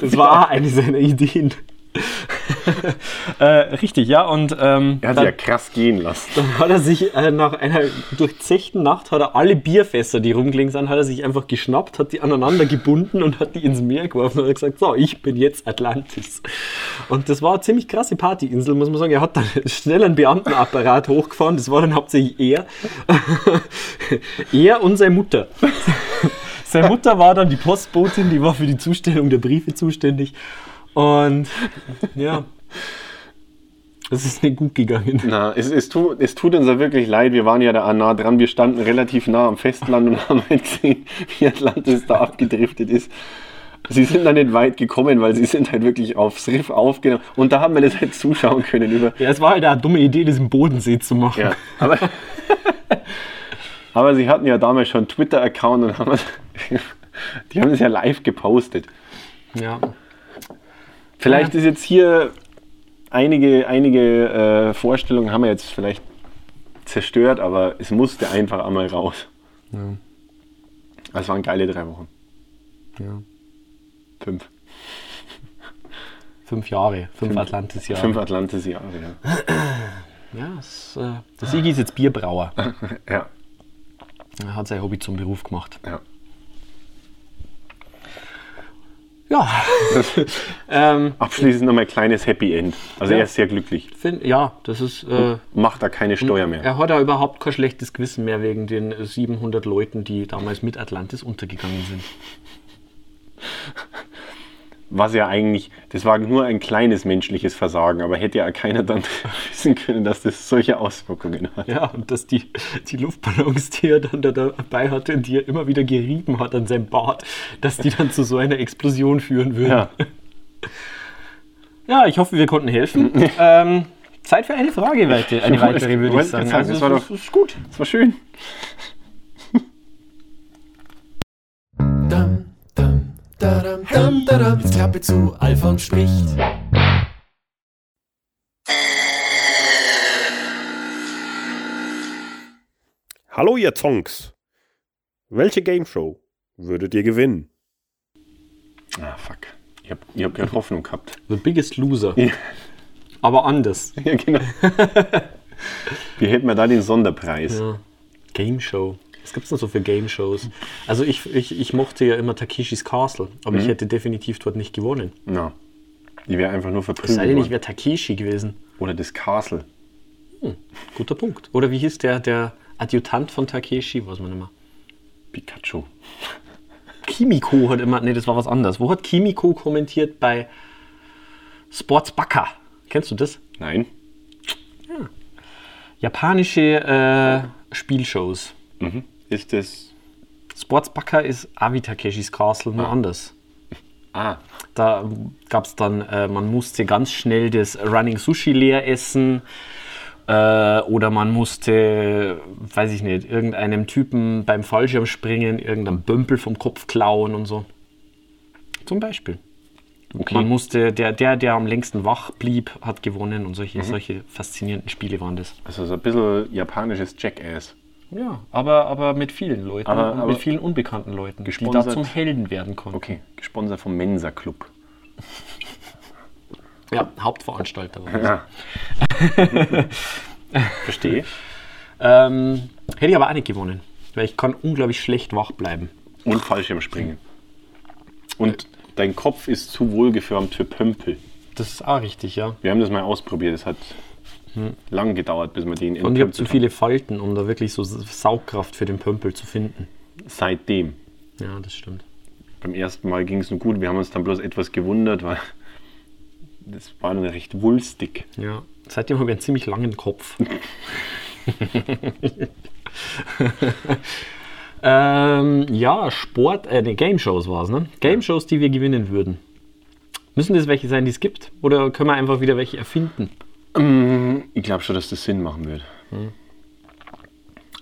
[SPEAKER 4] Das war eine seiner Ideen. äh, richtig, ja, und ähm,
[SPEAKER 5] Er hat
[SPEAKER 4] dann,
[SPEAKER 5] sie ja krass gehen lassen.
[SPEAKER 4] dann hat er sich äh, nach einer durchzechten Nacht, hat er alle Bierfässer, die rumgelegen sind, hat er sich einfach geschnappt, hat die aneinander gebunden und hat die ins Meer geworfen und hat gesagt, so, ich bin jetzt Atlantis. Und das war eine ziemlich krasse Partyinsel, muss man sagen. Er hat dann schnell einen Beamtenapparat hochgefahren, das war dann hauptsächlich er. er und seine Mutter. Seine Mutter war dann die Postbotin, die war für die Zustellung der Briefe zuständig. Und ja, es ist nicht gut gegangen.
[SPEAKER 5] Na, es, es, tut, es tut uns ja wirklich leid. Wir waren ja da nah dran. Wir standen relativ nah am Festland und haben halt gesehen, wie Atlantis da abgedriftet ist. Sie sind da nicht weit gekommen, weil sie sind halt wirklich aufs Riff aufgenommen. Und da haben wir das halt zuschauen können über.
[SPEAKER 4] Ja, es war halt eine dumme Idee, das im Bodensee zu machen.
[SPEAKER 5] Ja, aber, aber sie hatten ja damals schon einen Twitter-Account und haben, die haben es ja live gepostet.
[SPEAKER 4] Ja.
[SPEAKER 5] Vielleicht
[SPEAKER 4] Ja.
[SPEAKER 5] ist jetzt hier einige, einige äh, Vorstellungen haben wir jetzt vielleicht zerstört, aber es musste einfach einmal raus. Ja. Es waren geile drei Wochen.
[SPEAKER 4] Ja.
[SPEAKER 5] Fünf.
[SPEAKER 4] Fünf Jahre, fünf, Atlantis-Jahre.
[SPEAKER 5] Fünf Atlantis-Jahre, ja.
[SPEAKER 4] Ja, es, äh, der Sigi ist jetzt Bierbrauer.
[SPEAKER 5] ja.
[SPEAKER 4] Er hat sein Hobby zum Beruf gemacht.
[SPEAKER 5] ja.
[SPEAKER 4] Ja, ähm,
[SPEAKER 5] Abschließend nochmal ein kleines Happy End. Also
[SPEAKER 4] Ja.
[SPEAKER 5] er ist sehr glücklich.
[SPEAKER 4] find, ja das ist. Äh,
[SPEAKER 5] Macht da keine Steuer Oh mehr.
[SPEAKER 4] er hat Hm. ja überhaupt kein schlechtes Gewissen mehr wegen den äh, 700 Leuten, die damals mit Atlantis untergegangen sind.
[SPEAKER 5] Was ja eigentlich, das war nur ein kleines menschliches Versagen, aber hätte ja keiner dann wissen können, dass das solche Auswirkungen hat.
[SPEAKER 4] Ja, und dass die, die Luftballons, die er dann da dabei hatte und die er immer wieder gerieben hat an seinem Bart, dass die dann zu so einer Explosion führen würden.
[SPEAKER 5] Ja.
[SPEAKER 4] Ja, ich hoffe, wir konnten helfen. ähm, Zeit für eine Frage weiter. Eine
[SPEAKER 5] wollte-
[SPEAKER 4] weitere würde ich
[SPEAKER 5] wollte
[SPEAKER 4] sagen. Also,
[SPEAKER 5] gerade sagen, das war
[SPEAKER 4] das ist gut.
[SPEAKER 5] Das war schön.
[SPEAKER 3] Dam, dam, dadam, dam, dadam. Jetzt Klappe zu, Alfons spricht.
[SPEAKER 8] Hallo ihr Zonks! Welche Game Show würdet ihr gewinnen?
[SPEAKER 5] Ah, fuck. Ich hab, ich hab gerade Hoffnung gehabt.
[SPEAKER 4] The Biggest Loser.
[SPEAKER 5] Ja.
[SPEAKER 4] Aber anders.
[SPEAKER 5] Ja, genau. Wie hätten wir da den Sonderpreis?
[SPEAKER 4] Ja. Game Show. Was gibt es denn so für Game Shows? Also ich, ich, ich mochte ja immer Takeshis Castle, aber
[SPEAKER 5] Mhm.
[SPEAKER 4] ich hätte definitiv dort nicht gewonnen.
[SPEAKER 5] Na, die wäre einfach nur
[SPEAKER 4] Es sei denn,
[SPEAKER 5] verprügelt
[SPEAKER 4] ich
[SPEAKER 5] worden.
[SPEAKER 4] wäre Takeshi gewesen.
[SPEAKER 5] Oder das Castle.
[SPEAKER 4] Guter Punkt. Oder wie hieß der, der Adjutant von Takeshi, weiß man nicht mehr.
[SPEAKER 5] Pikachu.
[SPEAKER 4] Kimiko hat immer, nee, das war was anderes. Wo hat Kimiko kommentiert bei Sports Baka? Kennst du das?
[SPEAKER 5] Nein.
[SPEAKER 4] Japanische äh, Spielshows.
[SPEAKER 5] Ist das.
[SPEAKER 4] Sports Baka ist Avi Takeshis Castle, nur anders.
[SPEAKER 5] Ah,
[SPEAKER 4] Da gab es dann, äh, man musste ganz schnell das Running Sushi leer essen. Äh, oder man musste, weiß ich nicht, irgendeinem Typen beim Fallschirmspringen irgendein Bömpel vom Kopf klauen und so. Zum Beispiel.
[SPEAKER 5] okay.
[SPEAKER 4] Man musste, der, der, der am längsten wach blieb, hat gewonnen und solche, solche faszinierenden Spiele waren das.
[SPEAKER 5] also so ein bisschen japanisches Jackass.
[SPEAKER 4] Ja, aber, aber mit vielen Leuten,
[SPEAKER 5] Aber-
[SPEAKER 4] und
[SPEAKER 5] aber-
[SPEAKER 4] mit vielen unbekannten Leuten, die
[SPEAKER 5] Gesponsert.
[SPEAKER 4] da zum Helden werden konnten.
[SPEAKER 5] Okay, gesponsert vom Mensa Club.
[SPEAKER 4] Ja, Hauptveranstalter war das.
[SPEAKER 5] Ah. Verstehe.
[SPEAKER 4] Ähm, hätte ich aber auch nicht gewonnen, weil ich kann unglaublich schlecht wach bleiben.
[SPEAKER 5] Und Fallschirmspringen. Und dein Kopf ist zu wohlgeformt für Pömpel.
[SPEAKER 4] Das ist auch richtig, ja.
[SPEAKER 5] Wir haben das mal ausprobiert. Es hat lang gedauert, bis wir den
[SPEAKER 4] Und ich habe
[SPEAKER 5] entpömpelt
[SPEAKER 4] zu viele Falten, um da wirklich so Saugkraft für den Pömpel zu finden.
[SPEAKER 5] haben. Seitdem.
[SPEAKER 4] Ja, das stimmt.
[SPEAKER 5] Beim ersten Mal ging es nur gut. Wir haben uns dann bloß etwas gewundert, weil das war dann recht wulstig.
[SPEAKER 4] Ja. Seitdem habe ich einen ziemlich langen Kopf. ähm, ja, Sport, äh, nee, Game Shows war es, ne? Game Shows, die wir gewinnen würden. Müssen das welche sein, die es gibt? Oder können wir einfach wieder welche erfinden?
[SPEAKER 5] Ich glaube schon, dass das Sinn machen wird.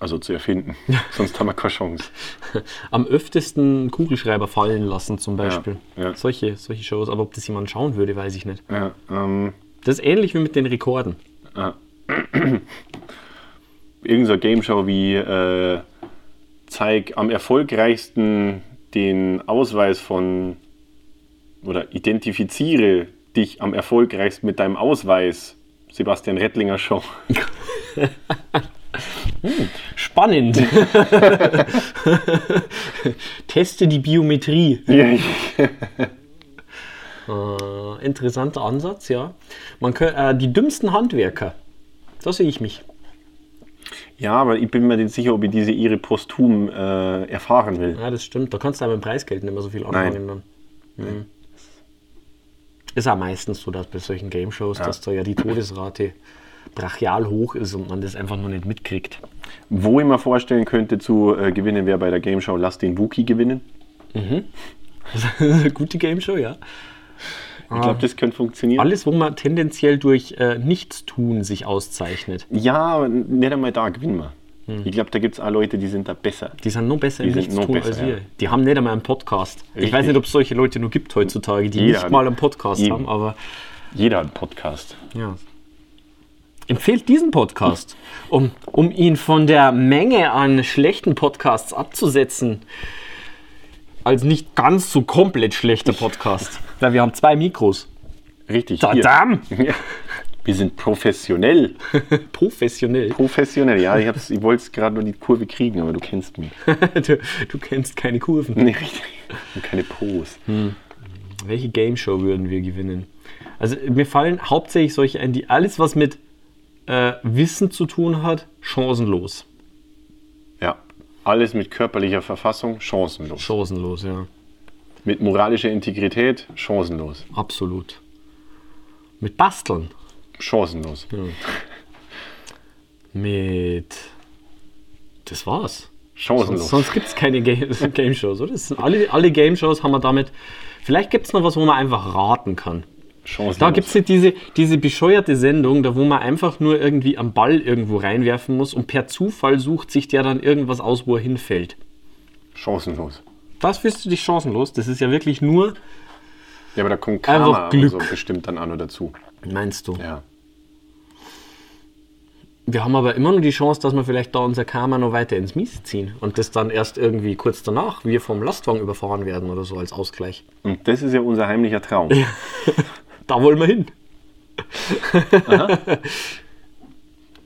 [SPEAKER 5] Also zu erfinden. Sonst haben wir keine Chance.
[SPEAKER 4] Am öftesten Kugelschreiber fallen lassen, zum Beispiel.
[SPEAKER 5] ja.
[SPEAKER 4] Solche, solche Shows, aber ob das jemand schauen würde, weiß ich nicht.
[SPEAKER 5] Ja, ähm,
[SPEAKER 4] Das ist ähnlich wie mit den Rekorden.
[SPEAKER 5] irgend so eine Gameshow wie äh, zeig am erfolgreichsten den Ausweis von oder identifiziere dich am erfolgreichsten mit deinem Ausweis. Sebastian Rettlinger Show.
[SPEAKER 4] Spannend! Teste die Biometrie. Äh, interessanter Ansatz, ja. Man könnt, äh, die dümmsten Handwerker. Da sehe ich mich.
[SPEAKER 5] ja, aber ich bin mir nicht sicher, ob ich diese ihre posthum äh, erfahren will.
[SPEAKER 4] Ja, das stimmt. Da kannst du aber im Preisgeld nicht mehr so viel anfangen. Dann. Mhm. Ist ja meistens so, dass bei solchen Game-Shows, dass da ja die Todesrate brachial hoch ist und man das einfach nur nicht mitkriegt.
[SPEAKER 5] Wo ich mir vorstellen könnte zu äh, gewinnen, wäre bei der Gameshow Lass den Wookie gewinnen.
[SPEAKER 4] Das ist eine gute Game-Show, ja.
[SPEAKER 5] Ich glaube, das könnte funktionieren.
[SPEAKER 4] Alles, wo man tendenziell durch äh, Nichtstun sich auszeichnet.
[SPEAKER 5] Ja, aber nicht einmal da gewinnen wir. Ich glaube, da gibt es auch Leute, die sind da besser.
[SPEAKER 4] Die sind noch besser im
[SPEAKER 5] Die sind
[SPEAKER 4] Nichtstun
[SPEAKER 5] noch
[SPEAKER 4] als
[SPEAKER 5] besser,
[SPEAKER 4] wir.
[SPEAKER 5] ja.
[SPEAKER 4] Die haben nicht einmal einen Podcast. Ich
[SPEAKER 5] Richtig.
[SPEAKER 4] weiß nicht, ob es solche Leute nur gibt heutzutage, die
[SPEAKER 5] Jeder
[SPEAKER 4] nicht
[SPEAKER 5] hat-
[SPEAKER 4] mal einen Podcast
[SPEAKER 5] Eben.
[SPEAKER 4] haben, aber
[SPEAKER 5] Jeder hat einen Podcast.
[SPEAKER 4] Ja. Empfehlt diesen Podcast, um, um ihn von der Menge an schlechten Podcasts abzusetzen. Als nicht ganz so komplett schlechter Podcast. Weil wir haben zwei Mikros.
[SPEAKER 5] Richtig. hier.
[SPEAKER 4] Tadam!
[SPEAKER 5] Ja. Wir sind professionell.
[SPEAKER 4] Professionell.
[SPEAKER 5] Professionell, ja, ich, hab's- ich wollte es gerade nur die Kurve kriegen, aber du kennst mich.
[SPEAKER 4] Du, du kennst keine Kurven.
[SPEAKER 5] Nee, richtig. Hm. Und keine Pros.
[SPEAKER 4] Welche Game Show würden wir gewinnen? Also mir fallen hauptsächlich solche ein, die alles, was mit äh, Wissen zu tun hat, chancenlos.
[SPEAKER 5] Ja. Alles mit körperlicher Verfassung chancenlos.
[SPEAKER 4] Chancenlos, ja.
[SPEAKER 5] Mit moralischer Integrität chancenlos.
[SPEAKER 4] Absolut. Mit Basteln.
[SPEAKER 5] Chancenlos.
[SPEAKER 4] Mit. Das war's. Sonst,
[SPEAKER 5] Chancenlos.
[SPEAKER 4] sonst gibt es keine Ga- Game Shows, oder? Das sind alle, alle Game Shows haben wir damit. Vielleicht gibt es noch was, wo man einfach raten kann.
[SPEAKER 5] chancenlos.
[SPEAKER 4] Da gibt es nicht diese, diese bescheuerte Sendung, da wo man einfach nur irgendwie am Ball irgendwo reinwerfen muss und per Zufall sucht sich der dann irgendwas aus, wo er hinfällt.
[SPEAKER 5] chancenlos.
[SPEAKER 4] Das fühlst du dich chancenlos. Das ist ja wirklich nur.
[SPEAKER 5] Ja, aber da kommt
[SPEAKER 4] Einfach
[SPEAKER 5] Karma oder
[SPEAKER 4] Glück.
[SPEAKER 5] so bestimmt dann an oder zu.
[SPEAKER 4] Meinst du?
[SPEAKER 5] Ja.
[SPEAKER 4] Wir haben aber immer nur die Chance, dass wir vielleicht da unser Karma noch weiter ins Mies ziehen und das dann erst irgendwie kurz danach wir vom Lastwagen überfahren werden oder so als Ausgleich.
[SPEAKER 5] Und das ist ja unser heimlicher Traum.
[SPEAKER 4] Da wollen wir hin.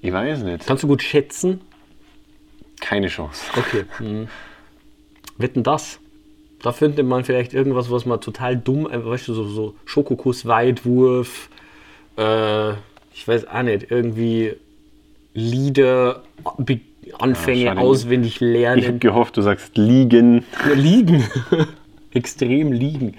[SPEAKER 5] Ich weiß nicht.
[SPEAKER 4] Kannst du gut schätzen?
[SPEAKER 5] Keine Chance.
[SPEAKER 4] Okay. Wetten das? Da findet man vielleicht irgendwas, was man total dumm, äh, weißt du, so, so Schokokuss, Weitwurf, äh, ich weiß auch nicht, irgendwie Lieder, Be Anfänge
[SPEAKER 5] schade.
[SPEAKER 4] auswendig
[SPEAKER 5] Ich habe
[SPEAKER 4] lernen,
[SPEAKER 5] gehofft, du sagst liegen.
[SPEAKER 4] liegen. Extrem liegen.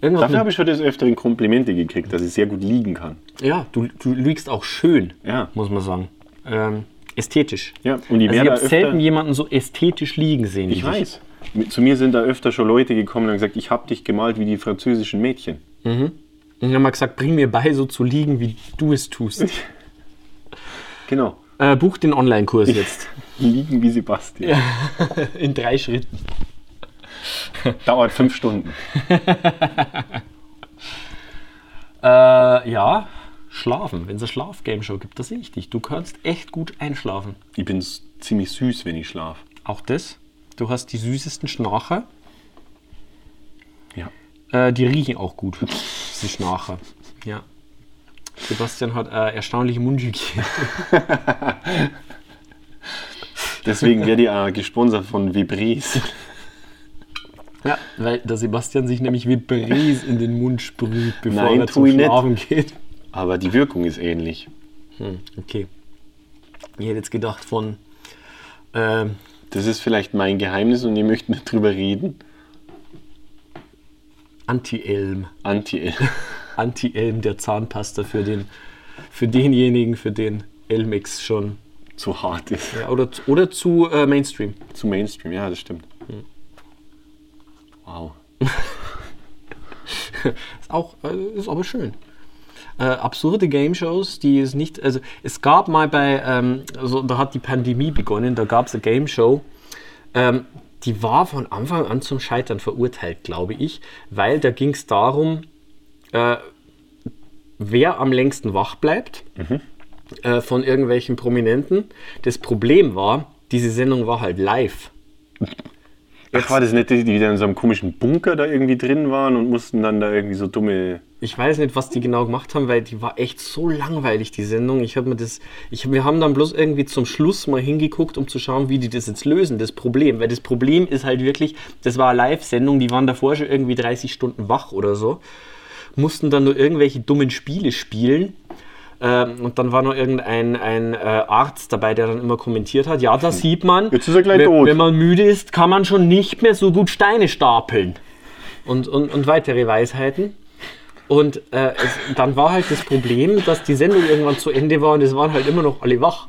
[SPEAKER 4] Irgendwas
[SPEAKER 5] Dafür
[SPEAKER 4] mit,
[SPEAKER 5] habe ich schon des Öfteren Komplimente gekriegt, dass ich sehr gut liegen kann.
[SPEAKER 4] ja, du, du liegst auch schön,
[SPEAKER 5] Ja.
[SPEAKER 4] muss man sagen. Ähm, ästhetisch.
[SPEAKER 5] Ja, und
[SPEAKER 4] also
[SPEAKER 5] ich
[SPEAKER 4] ich
[SPEAKER 5] werde
[SPEAKER 4] habe
[SPEAKER 5] öfter-
[SPEAKER 4] selten jemanden so ästhetisch liegen sehen. wie
[SPEAKER 5] Ich
[SPEAKER 4] dich.
[SPEAKER 5] weiß. Mit- Zu mir sind da öfter schon Leute gekommen und haben gesagt, ich habe dich gemalt wie die französischen Mädchen.
[SPEAKER 4] Und dann haben wir gesagt, bring mir bei, so zu liegen, wie du es tust.
[SPEAKER 5] Genau.
[SPEAKER 4] Äh, buch den Online-Kurs jetzt.
[SPEAKER 5] Liegen wie Sebastian.
[SPEAKER 4] In drei Schritten.
[SPEAKER 5] Dauert fünf Stunden.
[SPEAKER 4] Äh, ja, schlafen. Wenn es eine Schlaf-Game-Show gibt, das sehe ich dich. Du kannst echt gut einschlafen.
[SPEAKER 5] Ich bin s- ziemlich süß, wenn ich schlafe.
[SPEAKER 4] Auch das. Du hast die süßesten Schnarcher.
[SPEAKER 5] Ja.
[SPEAKER 4] Äh, die riechen auch gut. Die Schnarcher. Ja. Sebastian hat äh, erstaunliche Mundhygiene.
[SPEAKER 5] Deswegen werde ich auch gesponsert von Vibris.
[SPEAKER 4] Ja, weil der Sebastian sich nämlich wie Bries in den Mund sprüht, bevor
[SPEAKER 5] Nein,
[SPEAKER 4] er
[SPEAKER 5] tu
[SPEAKER 4] zum
[SPEAKER 5] ich nicht.
[SPEAKER 4] Schlafen geht.
[SPEAKER 5] Aber die Wirkung ist ähnlich.
[SPEAKER 4] Okay. Ich hätte jetzt gedacht von. Ähm,
[SPEAKER 5] Das ist vielleicht mein Geheimnis und ihr möchtet nicht drüber reden.
[SPEAKER 4] Anti-Elm.
[SPEAKER 5] Anti.
[SPEAKER 4] Anti-Elm der Zahnpasta für, den, für denjenigen, für den Elmex schon.
[SPEAKER 5] zu hart ist.
[SPEAKER 4] Ja, oder, zu- oder zu äh, Mainstream.
[SPEAKER 5] Zu Mainstream, ja, das stimmt. Wow.
[SPEAKER 4] Ist auch, äh, ist aber schön. Äh, absurde Game-Shows, die es nicht, also es gab mal bei, ähm, also da hat die Pandemie begonnen, da gab es eine Game-Show, ähm, die war von Anfang an zum Scheitern verurteilt, glaube ich, weil da ging es darum, äh, wer am längsten wach bleibt äh, von irgendwelchen Prominenten. Das Problem war, diese Sendung war halt live.
[SPEAKER 5] Ach, war das nicht, die, die wieder in so einem komischen Bunker da irgendwie drin waren und mussten dann da irgendwie so dumme.
[SPEAKER 4] Ich weiß nicht, was die genau gemacht haben, weil die war echt so langweilig, die Sendung. Ich habe mir das, ich, wir haben dann bloß irgendwie zum Schluss mal hingeguckt, um zu schauen, wie die das jetzt lösen, das Problem. Weil das Problem ist halt wirklich, das war eine Live-Sendung, die waren davor schon irgendwie 30 Stunden wach oder so, mussten dann nur irgendwelche dummen Spiele spielen. Ähm, und dann war noch irgendein ein, äh, Arzt dabei, der dann immer kommentiert hat, ja, das sieht man.
[SPEAKER 5] Jetzt ist er gleich
[SPEAKER 4] wenn,
[SPEAKER 5] tot.
[SPEAKER 4] Wenn man müde ist, kann man schon nicht mehr so gut Steine stapeln. Und, und, und weitere Weisheiten. Und äh, es, dann war halt das Problem, dass die Sendung irgendwann zu Ende war und es waren halt immer noch alle wach.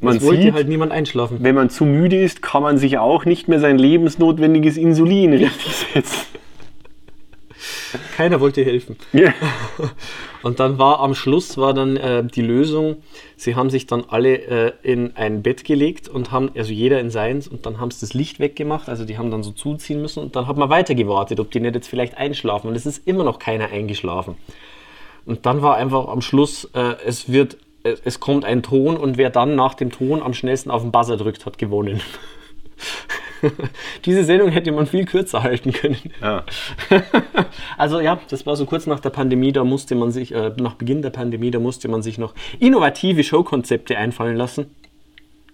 [SPEAKER 5] Man
[SPEAKER 4] es wollte
[SPEAKER 5] sieht-
[SPEAKER 4] halt niemand einschlafen.
[SPEAKER 5] Wenn man zu müde ist, kann man sich auch nicht mehr sein lebensnotwendiges Insulin richtig setzen.
[SPEAKER 4] Keiner wollte helfen.
[SPEAKER 5] Ja.
[SPEAKER 4] Und dann war am Schluss war dann äh, die Lösung, sie haben sich dann alle äh, in ein Bett gelegt und haben, also jeder in seins, und dann haben sie das Licht weggemacht, also die haben dann so zuziehen müssen und dann hat man weiter gewartet, ob die nicht jetzt vielleicht einschlafen und es ist immer noch keiner eingeschlafen. Und dann war einfach am Schluss, äh, es wird, äh, es kommt ein Ton und wer dann nach dem Ton am schnellsten auf den Buzzer drückt, hat gewonnen. Diese Sendung hätte man viel kürzer halten können.
[SPEAKER 5] Ja.
[SPEAKER 4] Also ja, das war so kurz nach der Pandemie, da musste man sich, äh, nach Beginn der Pandemie, da musste man sich noch innovative Showkonzepte einfallen lassen.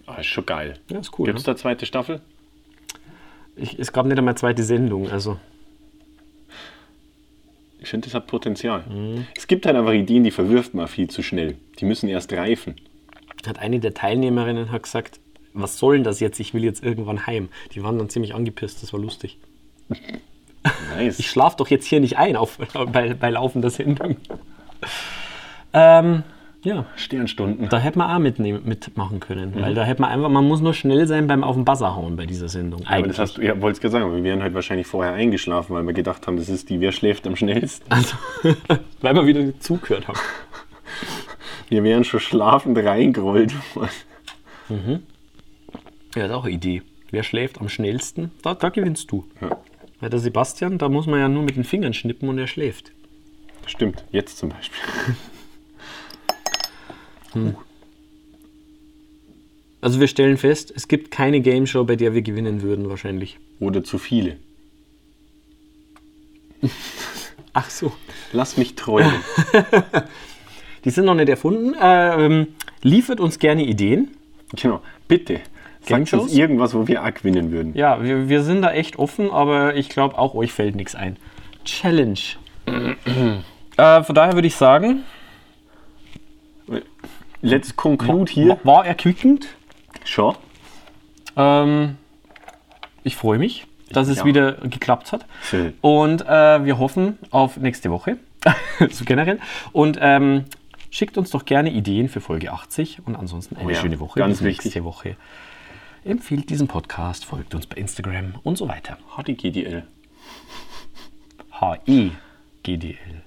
[SPEAKER 5] Ah, ist schon geil.
[SPEAKER 4] Ja, ist cool.
[SPEAKER 5] Gibt es
[SPEAKER 4] Ne?
[SPEAKER 5] da zweite Staffel?
[SPEAKER 4] Ich, es gab nicht einmal zweite Sendung, also
[SPEAKER 5] Ich finde, das hat Potenzial.
[SPEAKER 4] Mhm.
[SPEAKER 5] Es gibt halt einfach Ideen, die verwirft man viel zu schnell. Die müssen erst reifen.
[SPEAKER 4] hat eine der Teilnehmerinnen hat gesagt, was soll denn das jetzt, ich will jetzt irgendwann heim. Die waren dann ziemlich angepisst, das war lustig. Ich
[SPEAKER 5] Nice.
[SPEAKER 4] schlaf doch jetzt hier nicht ein auf, bei, bei laufender Sendung. Ähm, ja,
[SPEAKER 5] Sternstunden. Mhm.
[SPEAKER 4] da hätte man auch mitnehmen, mitmachen können, weil da hätte man einfach, man muss nur schnell sein beim auf den Buzzer hauen bei dieser Sendung.
[SPEAKER 5] Aber das hast du, ja, wolltest gerade sagen, wir wären halt wahrscheinlich vorher eingeschlafen, weil wir gedacht haben, das ist die, wer schläft am schnellsten.
[SPEAKER 4] Also, weil wir wieder zugehört haben.
[SPEAKER 5] Wir wären schon schlafend reingerollt.
[SPEAKER 4] Ja, ist auch eine Idee. Wer schläft am schnellsten, da, da gewinnst du.
[SPEAKER 5] Ja.
[SPEAKER 4] Weil der Sebastian, da muss man ja nur mit den Fingern schnippen und er schläft.
[SPEAKER 5] Stimmt, jetzt zum Beispiel.
[SPEAKER 4] Also wir stellen fest, es gibt keine Game Show, bei der wir gewinnen würden wahrscheinlich.
[SPEAKER 5] Oder zu viele.
[SPEAKER 4] Ach so.
[SPEAKER 5] Lass mich träumen.
[SPEAKER 4] Die sind noch nicht erfunden. Ähm, liefert uns gerne Ideen.
[SPEAKER 5] genau. Bitte.
[SPEAKER 4] Game
[SPEAKER 5] Sagt uns
[SPEAKER 4] Shows?
[SPEAKER 5] irgendwas, wo wir auch gewinnen würden.
[SPEAKER 4] Ja, wir, wir sind da echt offen, aber ich glaube, auch euch fällt nichts ein. Challenge. äh, von daher würde ich sagen,
[SPEAKER 5] let's conclude hier.
[SPEAKER 4] War erquickend.
[SPEAKER 5] Schon.
[SPEAKER 4] Ähm, ich freue mich, dass es
[SPEAKER 5] Ja.
[SPEAKER 4] wieder geklappt hat.
[SPEAKER 5] Schön.
[SPEAKER 4] Und äh, wir hoffen auf nächste Woche, so generell. Und ähm, schickt uns doch gerne Ideen für Folge 80 und ansonsten eine
[SPEAKER 5] ja,
[SPEAKER 4] schöne Woche.
[SPEAKER 5] ganz
[SPEAKER 4] Bis nächste
[SPEAKER 5] wichtig.
[SPEAKER 4] Woche. Empfehlt diesen Podcast, folgt uns bei Instagram und so weiter.
[SPEAKER 5] HDGDL.
[SPEAKER 4] H-I-G-D-L.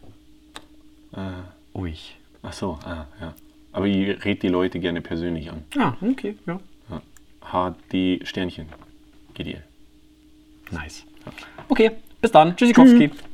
[SPEAKER 4] Ruhig.
[SPEAKER 5] Ach so, ah, ja. Aber ich rede die Leute gerne persönlich an.
[SPEAKER 4] Ah, okay, ja.
[SPEAKER 5] HD Sternchen. GDL.
[SPEAKER 4] Nice. Okay, bis dann. Tschüssikowski.